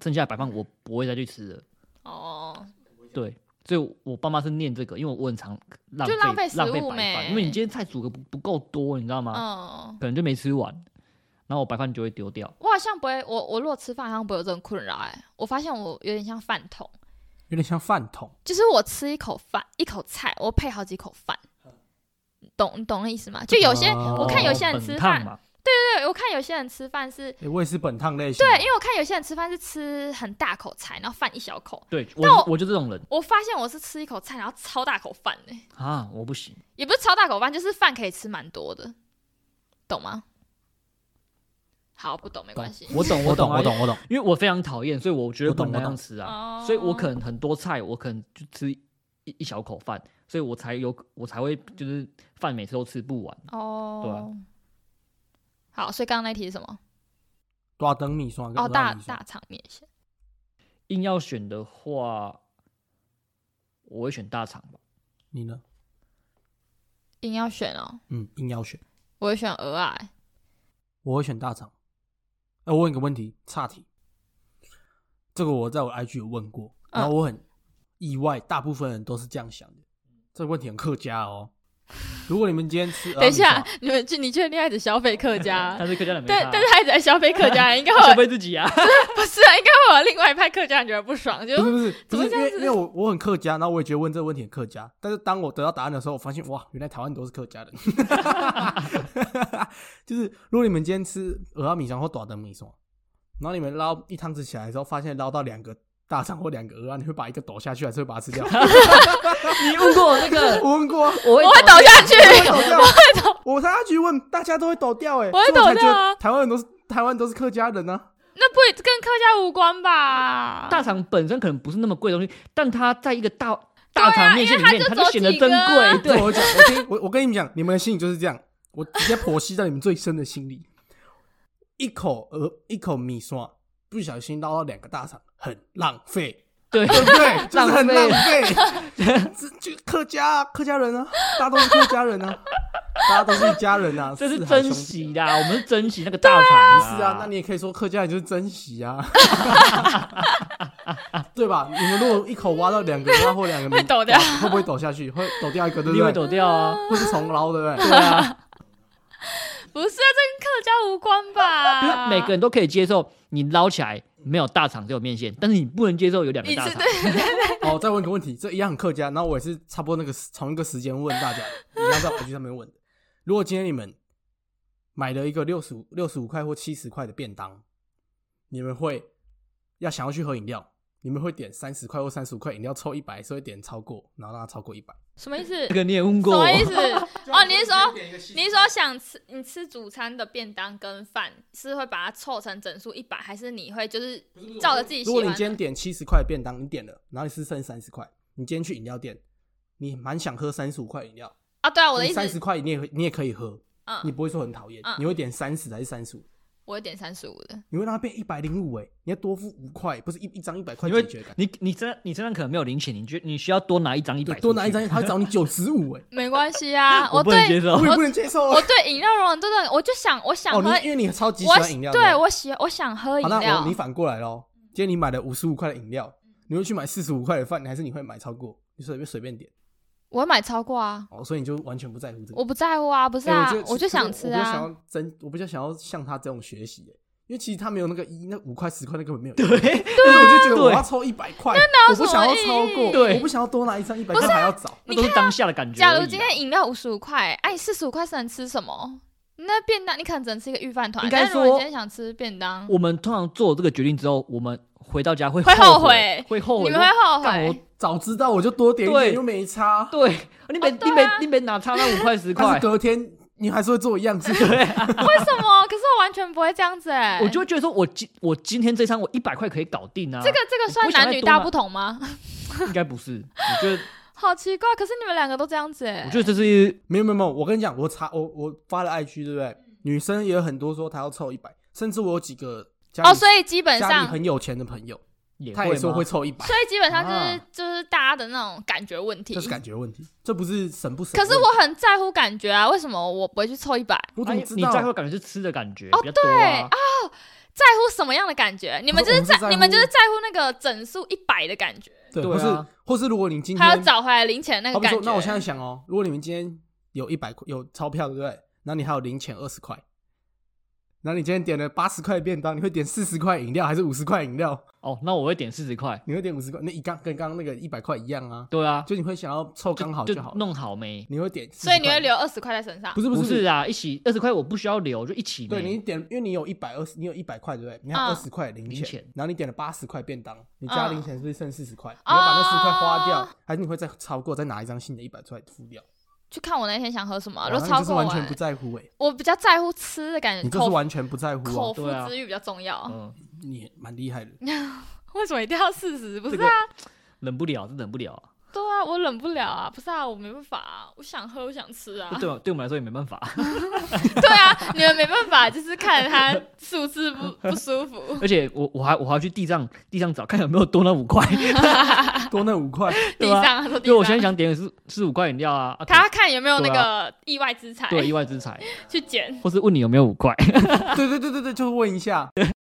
C: 剩下的白饭我不会再去吃了。
A: 哦，
C: 对，所以我爸妈是念这个，因为我很常浪
A: 就
C: 费
A: 浪费食
C: 浪费
A: 物
C: 白饭，
A: 咩
C: 因为你今天菜煮的不不够多，你知道吗？
A: 嗯，
C: 可能就没吃完，然后我白饭就会丢掉。
A: 我好像不会，我我如果吃饭好像不会有这种困扰哎、我发现我有点像饭桶。
B: 有点像饭桶，
A: 就是我吃一口饭一口菜，我配好几口饭，懂你懂那意思吗？就有些、
B: 哦
A: 我看有些人
C: 很
A: 吃
C: 烫
A: 饭，
C: 哦嘛，
A: 对对对，我看有些人吃饭是，
B: 欸我也是本烫类型的。
A: 对，因为我看有些人吃饭是吃很大口菜，然后饭一小口。
C: 对
A: 但
C: 我
A: 我
C: 我就这种人
A: 我发现我是吃一口菜，然后超大口饭呢、
C: 啊，我不行。
A: 也不是超大口饭，就是饭可以吃蛮多的，懂吗？好，不懂没关系。
C: 我懂，
B: 我 懂，
C: 懂，
B: 我
C: 我，
B: 懂，我懂。
C: 因为我非常讨厌，所以我觉得
B: 我
C: 不
B: 懂我
C: 能那
B: 懂
C: 样吃啊。
A: 哦
C: 所以我可能很多菜，我可能就吃一一小口饭，所以我才有我才会就是饭每次都吃不完。
A: 哦，好，所以刚刚那题是什么？
B: 大灯米刷跟
A: 哦，大
B: 米
A: 大肠面线。
C: 硬要选的话，我会选大肠吧。
B: 你呢？
A: 硬要选哦，
B: 嗯，硬要选，
A: 我会选鹅啊、欸
B: 我会选大肠。哎、我问一个问题，岔题。这个我在我 IG 有问过，
A: 嗯
B: 然后我很意外，大部分人都是这样想的。这个问题很客家哦。如果你们今天吃，
A: 等一
B: 呃
A: 下
B: 米，
A: 你们去，你确定要一直消费客 家？
C: 但是客家人没
A: 啊对，
C: 差
A: 但是他一直在消费客家人，应该
C: 消
A: 会有
C: 费自己啊。
A: 不是啊？应该会有另外一派客家人觉得不爽，就
B: 饭不是
A: 哦怎
B: 不
A: 么
B: 是不是，
A: 这
B: 因
A: 样
B: 为
A: 子
B: 因为我我很客家，然后我也觉得问这个问题很客家。但是当我得到答案的时候，我发现哇，原来台湾都是客家人。 就是如果你们今天吃鹅啊米肠或短的米肠，然后你们捞一汤匙起来的时候，发现捞到两个大肠或两个鹅啊，你会把一个抖下去，还是会把 它吃掉？
C: 你问过我那个，
B: 我问过啊，
C: 我会
A: 我会倒下去。
B: 我会抖掉，我会抖。我上下去问，大家都会抖掉哎、欸，
A: 我会
B: 所以才
A: 抖掉啊
B: 觉得台湾人都是台湾都是客家人呢、啊。
A: 那不跟客家无关吧？
C: 大肠本身可能不是那么贵的东西，但它在一个大大肠面线里面，
A: 啊因为它
C: 它
A: 就
C: 就显得珍贵。
B: 所以
C: 对，
B: 我讲，我听我我跟你们讲，你们的心里就是这样，我直接剖析到你们最深的心里。一口鹅，一口米刷，不小心捞到两个大肠，很浪费，
C: 对，
B: 对不 对？就是很
C: 浪
B: 浪费。 这就客家、啊、客家人啊，大家都是客家人啊，大家都是一家人啊，
C: 这是
B: 四海
C: 珍
B: 兄弟
C: 惜啦，我们是珍惜那个大肠、
B: 是啊，那你也可以说客家人就是珍惜啊， 对吧？你们如果一口挖到两个蛙或两个
A: 会
B: 米，
A: 抖掉
B: 会不会抖下去？会抖掉一个，对
C: 你
B: 不
C: 会
B: 对？
C: 抖掉啊。
B: 会是重捞，对不对？
C: 对啊，
A: 不是啊，这跟客家无关
C: 因
A: 吧？
C: 为每个人都可以接受你捞起来没有大肠只有面线，但是你不能接受有两个
A: 你
C: 大
A: 是
C: 肠。
A: 对
B: 哦，再问个问题，这一样很客家，然后我也是差不多那个时同一个时间问大家，一样在回去上面问的。如果今天你们买了一个六十五六十五块或七十块的便当，你们会要想要去喝饮料，你们会点三十块或三十五块饮料凑一百，所以点超过，然后让它超过一百。
A: 什么意思？
C: 这
A: 什
C: 个你也问过我
A: 么， 意思？哦，你是说你是说想吃你吃主餐的便当跟饭是会把它凑成整数一百，还是你会就是照着自己喜
B: 如果
A: 欢
B: 你
A: 的？
B: 今天点七十块的便当，你点了，然后你是剩三十块，你今天去饮料店，你蛮想喝三十五块饮料，
A: 啊，对啊，我的意
B: 三十
A: 思，
B: 块你也会你也可以喝，你
A: 嗯，
B: 不会说很讨厌，
A: 嗯
B: 你会点三十还是三十五？
A: 我会点三十五的，
B: 你会让它变一百零五哎，你要多付五块，不是一一张一百块
C: 因
B: 解
C: 为
B: 决感，
C: 你你身你身上可能没有零钱，你觉你需要多拿一张一
B: 对，
C: 百出去，，
B: 多拿一张，他会找你九十五 哎，
A: 没关系啊
C: 我不能
A: 对
C: 接受。
B: 我也不能接受
A: 我
B: 啊。
A: 对饮料容忍度真的，我就想我想
B: 哦，
A: 喝，
B: 你因为你超级喜
A: 我
B: 欢饮
A: 喜
B: 料，
A: 对
B: 好，
A: 我喜我想喝饮
B: 那
A: 料
B: 我你，反过来喽，今天你买了五十五块的饮料，你会去买四十五块的饭，还是你会买超过？你随便随便点
A: 我会买超过啊，
B: 哦，所以你就完全不在乎这个。
A: 我不在乎啊，不是
B: 哎
A: 啊
B: 觉得，其
A: 我就
B: 实
A: 想
B: 我
A: 吃
B: 我比较想
A: 啊，
B: 要真，我比较想要像他这种学习耶，因为其实他没有那个一那五块十块那根本没有用。
C: 对，
B: 但是我就觉得
C: 对
B: 我要抽一百块，我不想要超过，
C: 对
B: 我不想要多拿一张一百块还要找。
C: 那都是当下的感觉而已啊。
A: 假如今天饮料五十五块，哎，四十五块是能吃什么？那便当你可能只能吃一个预饭团，
C: 应该
A: 但是如果你
C: 说
A: 今天想吃便当，
C: 我们通常做这个决定之后，我们回到家会
A: 会
C: 后
A: 后悔
C: 会
B: 哦
C: 后悔，
A: 你们会后
C: 干我
A: 悔。
B: 早知道我就多点一点，
C: 对
B: 又没差。
C: 对，你没、
A: 哦对
C: 你没
A: 啊
C: 你没拿差那五块十
B: 但
C: 块
B: 是，隔天你还是会做一样 事
A: 为
B: 情，
A: 什么？可是我完全不会这样子哎、
C: 我就会觉得说我今我今天这餐我一百块可以搞定啊。
A: 这个这个
C: 我
A: 算
C: 不想
A: 男女
C: 再多拿
A: 大不同吗？
C: 应该不是，我觉得
A: 好奇怪，可是你们两个都这样子哎、
C: 我觉得这是
B: 没有没有没有，我跟你讲，我查我我发了 IG 对不对？
A: 嗯
B: 女生也有很多说她要凑一百，甚至我有几个家里、
A: 哦，所以基本
B: 家里
A: 上，
B: 很有钱的朋友，
C: 也
B: 他也说
C: 吗
B: 会凑一百，
A: 所以基本上就是、
C: 啊
A: 就是大家的那种感觉问题
B: 这。是感觉问题，这不是省不省
A: 可
B: 问题。
A: 是我很在乎感觉啊，为什么我不会去凑一百？
B: 我怎
C: 哎
B: 么知
C: 你
B: 道？
C: 在乎感觉是吃的感觉
A: 哦
C: 比较多啊。
A: 在乎什么样的感觉？你们就是
B: 可是我们是在乎
A: 你们就是在乎那个整数一百的感觉，
B: 对，
C: 对
B: 或是
C: 啊
B: 或是如果你今
A: 还有
B: 天
A: 找回来零钱的那个
B: 好比
A: 感
B: 说，
A: 觉。
B: 那我现在想哦，如果你们今天有一百有钞票，对不对？然后你还有零钱二十块，然后你今天点了八十块便当，你会点四十块饮料还是五十块饮料？
C: 哦，那我会点四十块。
B: 你会点五十块？那一刚跟刚刚那个一百块一样啊，
C: 对啊，
B: 就你会想要凑刚好
C: 就
B: 就好了。
C: 弄好没？
B: 你会点40块，
A: 所以你会留二十块在身上
B: 不。是
C: 不
B: 不
C: 是啊，一起二十块我不需要留，就一起
B: 对
C: 没
B: 你点，因为你有一百二十，你有一百块，对不对？你还
A: 嗯
B: 有二十块零
C: 零钱
B: 然后你点了八十块便当，你加
A: 嗯
B: 零钱是不是剩四十块？你要把那
A: 哦
B: 十块花掉，还是你会再超过，再拿一张新的一百出来付掉？
A: 就看我那天想喝什么，啊
B: 哇
A: 如
B: 那
A: 果
B: 你
A: 超
B: 就是
A: 过欸
B: 完
A: 完，
B: 全不在乎哎，
A: 我比较在乎吃的感觉，
B: 你就是
A: 口
B: 完全不在乎
A: 口
B: 哦，
A: 腹
C: 对啊
A: 之欲比较重要。
C: 嗯，
B: 你蛮 厉害的。
A: 为什么一定要四十？不是
C: 这
A: 啊，
C: 个忍不了，这忍不了啊。
A: 对啊，我忍不了啊，不是啊，我没办法、啊，我想喝，我想吃 啊
C: 这。对我对我们来说也没办法，
A: 对啊，你们没办法，就是看着他数字不不舒 服。
C: 而且我我还我还要去地上地上找，看有没有多那五块。
B: 多那五块，
A: 地
C: 对啊
A: 上，他说地
C: 对，我现在
A: 上，
C: 想点是四五块饮料啊，啊
A: 他看有没有那
C: 对
B: 啊
A: 个意外之财
C: 对意外之财，
A: 去捡，
C: 或是问你有没有五 块，
B: 对对对对对，就问一下，
A: 啊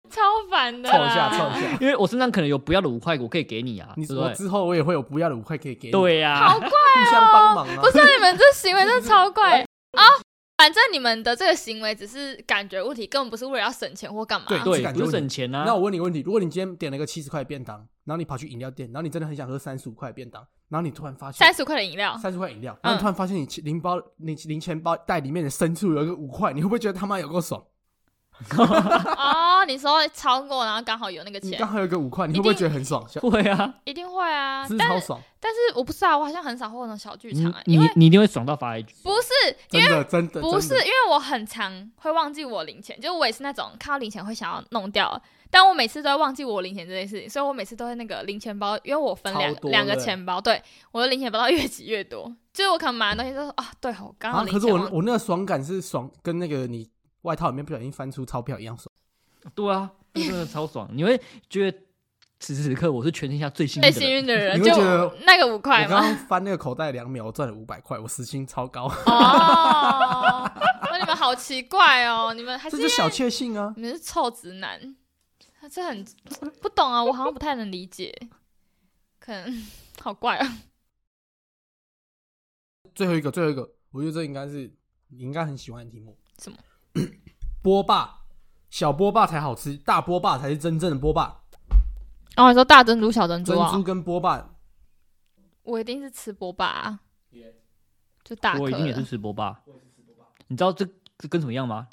A: 超烦的
B: 凑一
A: 啦。
B: 下凑一下。
C: 因为我身上可能有不要的五块，我可以给你啊，
B: 你
C: 对不
B: 我
C: 对？
B: 之后我也会有不要的五块可以给你，，
C: 对啊呀、
A: 好
B: 互相帮忙啊
A: 不。是你们这行为真的超怪啊！反正你们的这个行为只是感觉问题，根本不是为了要省钱或干嘛。
B: 对是
C: 对，
B: 感觉
C: 不
B: 问
C: 是
B: 题
C: 省钱啊。
B: 那我问你个问题：如果你今天点了个七十块便当，然后你跑去饮料店，然后你真的很想喝三十五块便当，然后你突然发现
A: 三十块的饮 料，
B: 三十块饮料，然
A: 嗯
B: 后你突然发现你钱零包、你零钱包袋里面的深处有一个五块，你会不会觉得他妈有够爽？
A: 哦，你说超过，然后刚好有那个
B: 你
A: 钱
B: 刚，好有一个五块，你会不会觉得很爽？小
C: 会啊，
A: 一定会啊
B: 是。不是
A: 但
B: 超
A: 是
B: 爽，
A: 但是我不知道，我好像很少会有那种小剧
C: 你
A: 场、欸，
C: 你
A: 因为
C: 你一定会爽到发一句。
A: 不是
B: 真的真的
A: 不是，
B: 真的
A: 因为我很常会忘记我零钱，就是我也是那种看到零钱会想要弄掉，但我每次都会忘记我零钱这件事情，所以我每次都会那个零钱包，因为我分
B: 超
A: 两
B: 多
A: 两个
B: 对
A: 钱包，对我的零钱包越挤越多，就是我可能买的东西都说啊，对哦，我刚
B: 啊！
A: 好
B: 可
A: 零
B: 是
A: 钱
B: 我
A: 忘记、
B: 我那个爽感是爽，跟那个你外套里面不小心翻出钞票一样爽。
C: 对啊，那真的超爽，你会觉得此时此刻我是全天下最幸
A: 最
C: 运的
A: 幸
C: 人。
A: 运的人
B: 你会
A: 就
B: 觉得
A: 那个五块
B: 我刚
A: 吗？
B: 刚翻那个口袋两秒，我赚了五百块，我时薪超高，
A: 哦，那 你们好奇怪哦，你们还
B: 这
A: 是
B: 就小确幸啊！
A: 你们是臭直男，啊这很不懂啊，我好像不太能理解，可能 好怪啊。
B: 最后一个，最后一个，我觉得这应该是你应该很喜欢的题目。
A: 什么？
B: 波霸，小波霸才好吃，大波霸才是真正的波霸。
A: 哦，你说大珍珠、小珍
B: 珍
A: 珠啊？
B: 珠跟波霸，
A: 我一定是吃波霸、啊，就大
C: 我
A: 颗
C: 一定也是
A: 的。
C: 吃波霸。你知道这这跟什么样吗？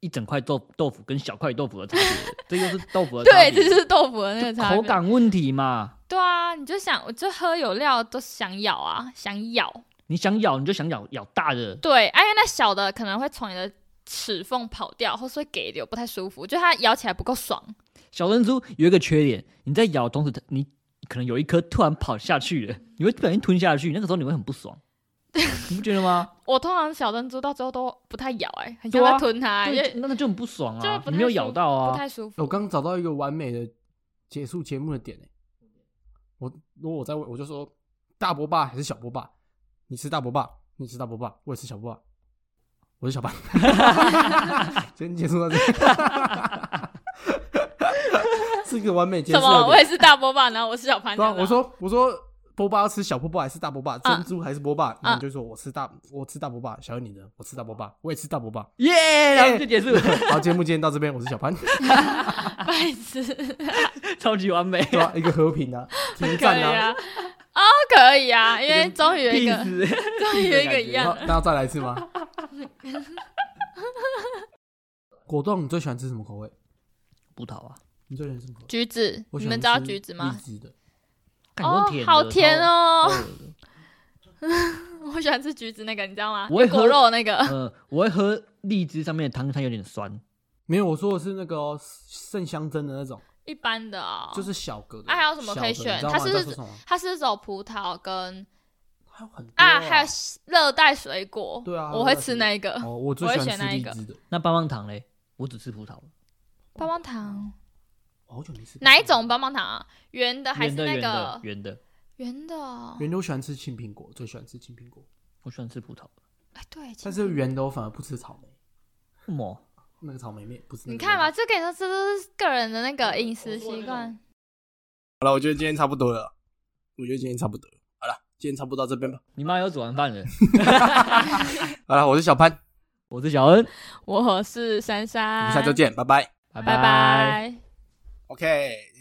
C: 一整块豆豆腐跟小块豆腐的差 别，这又是豆腐的差
A: 对，
C: 别。
A: 这就是豆腐的那个
C: 就
A: 差别
C: 口。感问题嘛。
A: 对啊，你就想，我就喝有料都想咬啊，想咬。
C: 你想咬你就想咬咬大的，
A: 对，哎、因为那小的可能会从你的齿缝跑掉，或是会给流，不太舒服，就它咬起来不够爽。
C: 小珍珠有一个缺点，你在咬的同时，你可能有一颗突然跑下去了，你会不小心吞下去，那个时候你会很不 爽，你不觉得吗？
A: 我通常小珍珠到最后都不太咬、哎，很
C: 对
A: 像在
C: 啊
A: 吞它、哎
C: 对，
A: 也
C: 那那就很不爽
A: 就是
C: 啊，
A: 不太
C: 你没有
A: 舒
C: 咬
A: 不
C: 到啊。
A: 太舒服。
B: 我刚找到一个完美的结束节目的点、欸、我如果我再问，我就说大波霸还是小波霸？你吃大波霸，你吃大波霸，我也吃小波霸。我是 小白，今天结束到这里， 是一个完美结束
A: 什
B: 的点。
A: 么？我也是大波霸，然后我是小潘。
B: 对啊，
A: 这样
B: 我
A: 啊
B: 说我说波霸要吃小波霸还是大波霸？珍珠还是波霸？然
A: 嗯
B: 后你就说我吃大，我吃大波霸。小恩你呢？我吃大波霸，我也吃大波霸。
C: 耶，然后就结束了，
B: 好，节目今天到这边，我是 小潘，
A: 白痴。
C: 超级完美，
B: 对吧？一个和平啊，停
A: 可
B: 战
A: 以
B: 啊，
A: 啊，哦，可以啊，因为终于有一
C: 意
A: 个，
C: 思。
A: 终 于有一个一样
B: 然后
A: 的。
B: 那要再来一 次吗？果冻，你最喜欢吃什么口味？
C: 葡萄啊，
B: 你最喜欢吃什么口味？
A: 橘子，
B: 我
A: 你
B: 喜欢
A: 们知道
B: 吃
A: 橘子吗
B: 荔？枝的，
C: 感
A: 哦
C: 觉甜，的，
A: 好甜
C: 超
A: 哦！
C: 恶的。
A: 我喜欢吃橘子那个，你知道吗？
C: 我会
A: 有果
C: 喝
A: 肉那 个，
C: 嗯，我会喝荔枝上面的汤，它有点酸。
B: 没有，我说的是那个哦圣香珍的那种，
A: 一般的哦。
B: 就是小格的。
A: 啊还有什么可以
B: 小的
A: 选
B: 你知道吗
A: 它是
B: 你知道说什么吗？
A: 它是走葡萄跟
B: 还有很多
A: 啊，还有热带水果。
B: 对啊
A: 我会吃那个
B: 哦，我最
A: 我会
B: 喜欢
A: 选那
B: 吃荔
A: 一个
B: 枝的，哦
C: 那棒棒糖嘞，我只吃葡萄
A: 啊
C: 了。
A: 棒棒
B: 嗯
A: 糖。
B: 我好久没吃。
A: 哪一种？棒棒糖啊？圆的还
C: 圆
A: 是
C: 的
A: 那
C: 圆的
A: 个
C: 圆的，
A: 圆的哦？
B: 圆的我喜欢吃青苹果，最喜欢吃青苹果，
C: 我喜欢吃葡萄。
A: 哎，对。其
B: 但
A: 实
B: 是圆的我反而不吃草莓，
C: 什么？
B: 那个草莓面不是。
A: 你看吧，。这跟你说，这都是个人的那
B: 哦
A: 个饮食习惯。
B: 好了，我觉得今天差不多了，我觉得今天差不多了。好了，今天差不多到这边吧。
C: 你妈有煮完饭了。
B: 好了，我是小潘，
C: 我是小恩，
A: 我是珊
B: 我
A: 珊，
B: 们下周见，拜拜。
A: 拜拜。
B: OK。